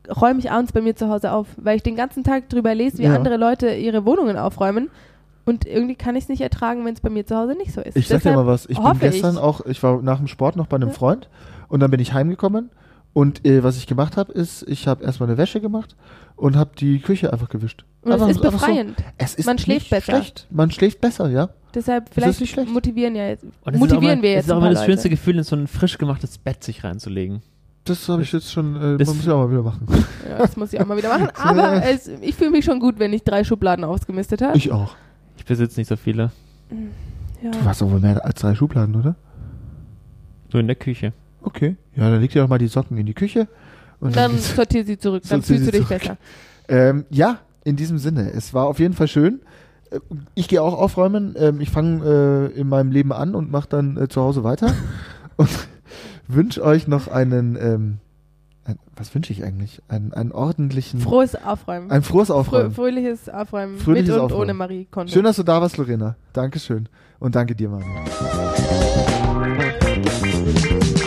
Speaker 2: räume ich abends bei mir zu Hause auf, weil ich den ganzen Tag drüber lese, wie
Speaker 1: Ja.
Speaker 2: andere Leute ihre Wohnungen aufräumen. Und irgendwie kann ich es nicht ertragen, wenn es bei mir zu Hause nicht so ist.
Speaker 1: Ich sag dir
Speaker 2: Deshalb
Speaker 1: mal was. Ich bin
Speaker 2: hoffe
Speaker 1: gestern
Speaker 2: ich.
Speaker 1: auch, ich war nach dem Sport noch bei einem
Speaker 2: Ja.
Speaker 1: Freund und dann bin ich heimgekommen. Und äh, was ich gemacht habe, ist, ich habe erstmal eine Wäsche gemacht und habe die Küche einfach gewischt.
Speaker 2: Und
Speaker 1: einfach,
Speaker 2: es ist
Speaker 1: einfach
Speaker 2: befreiend.
Speaker 1: So, es ist
Speaker 2: Man schläft
Speaker 1: nicht
Speaker 2: besser.
Speaker 1: Schlecht. Man schläft besser, ja.
Speaker 2: Deshalb
Speaker 1: das nicht
Speaker 2: vielleicht
Speaker 1: schlecht? Oh,
Speaker 2: motivieren ja jetzt.
Speaker 3: Und das ist auch
Speaker 2: motivieren
Speaker 3: mal,
Speaker 2: wir
Speaker 3: Das
Speaker 2: jetzt.
Speaker 3: ist auch
Speaker 2: ein
Speaker 3: immer
Speaker 2: paar
Speaker 3: das schönste
Speaker 2: Leute.
Speaker 3: Gefühl, in so ein frisch gemachtes Bett sich reinzulegen.
Speaker 1: Das habe ich jetzt schon, äh,
Speaker 3: Das-
Speaker 1: muss ich auch mal wieder machen.
Speaker 2: Ja, das muss ich auch mal wieder machen. Aber es, ich fühle mich schon gut, wenn ich drei Schubladen ausgemistet habe.
Speaker 1: Ich auch.
Speaker 3: Ich besitze nicht so viele.
Speaker 2: Ja.
Speaker 1: Du hast doch wohl mehr als drei Schubladen, oder?
Speaker 3: Nur in der Küche.
Speaker 1: Okay. Ja, dann leg dir doch mal die Socken in die Küche. Und
Speaker 2: Dann
Speaker 1: geht's-
Speaker 2: sortier sie zurück, dann
Speaker 1: Sortier
Speaker 2: fühlst du
Speaker 1: sie
Speaker 2: dich
Speaker 1: zurück.
Speaker 2: besser.
Speaker 1: Ähm, ja, in diesem Sinne. Es war auf jeden Fall schön. Äh, Ich gehe auch aufräumen. Ähm, ich fange äh, in meinem Leben an und mache dann äh, zu Hause weiter. und wünsche euch noch einen, ähm, ein, was wünsche ich eigentlich? Einen, einen ordentlichen,
Speaker 2: Frohes Aufräumen.
Speaker 1: ein frohes Aufräumen.
Speaker 2: Frö fröhliches Aufräumen
Speaker 1: Fröhliches
Speaker 2: mit und
Speaker 1: Aufräumen.
Speaker 2: ohne Marie Kondo.
Speaker 1: Schön, dass du da warst, Lorena. Dankeschön. Und danke dir, Manu.
Speaker 4: Tschüss.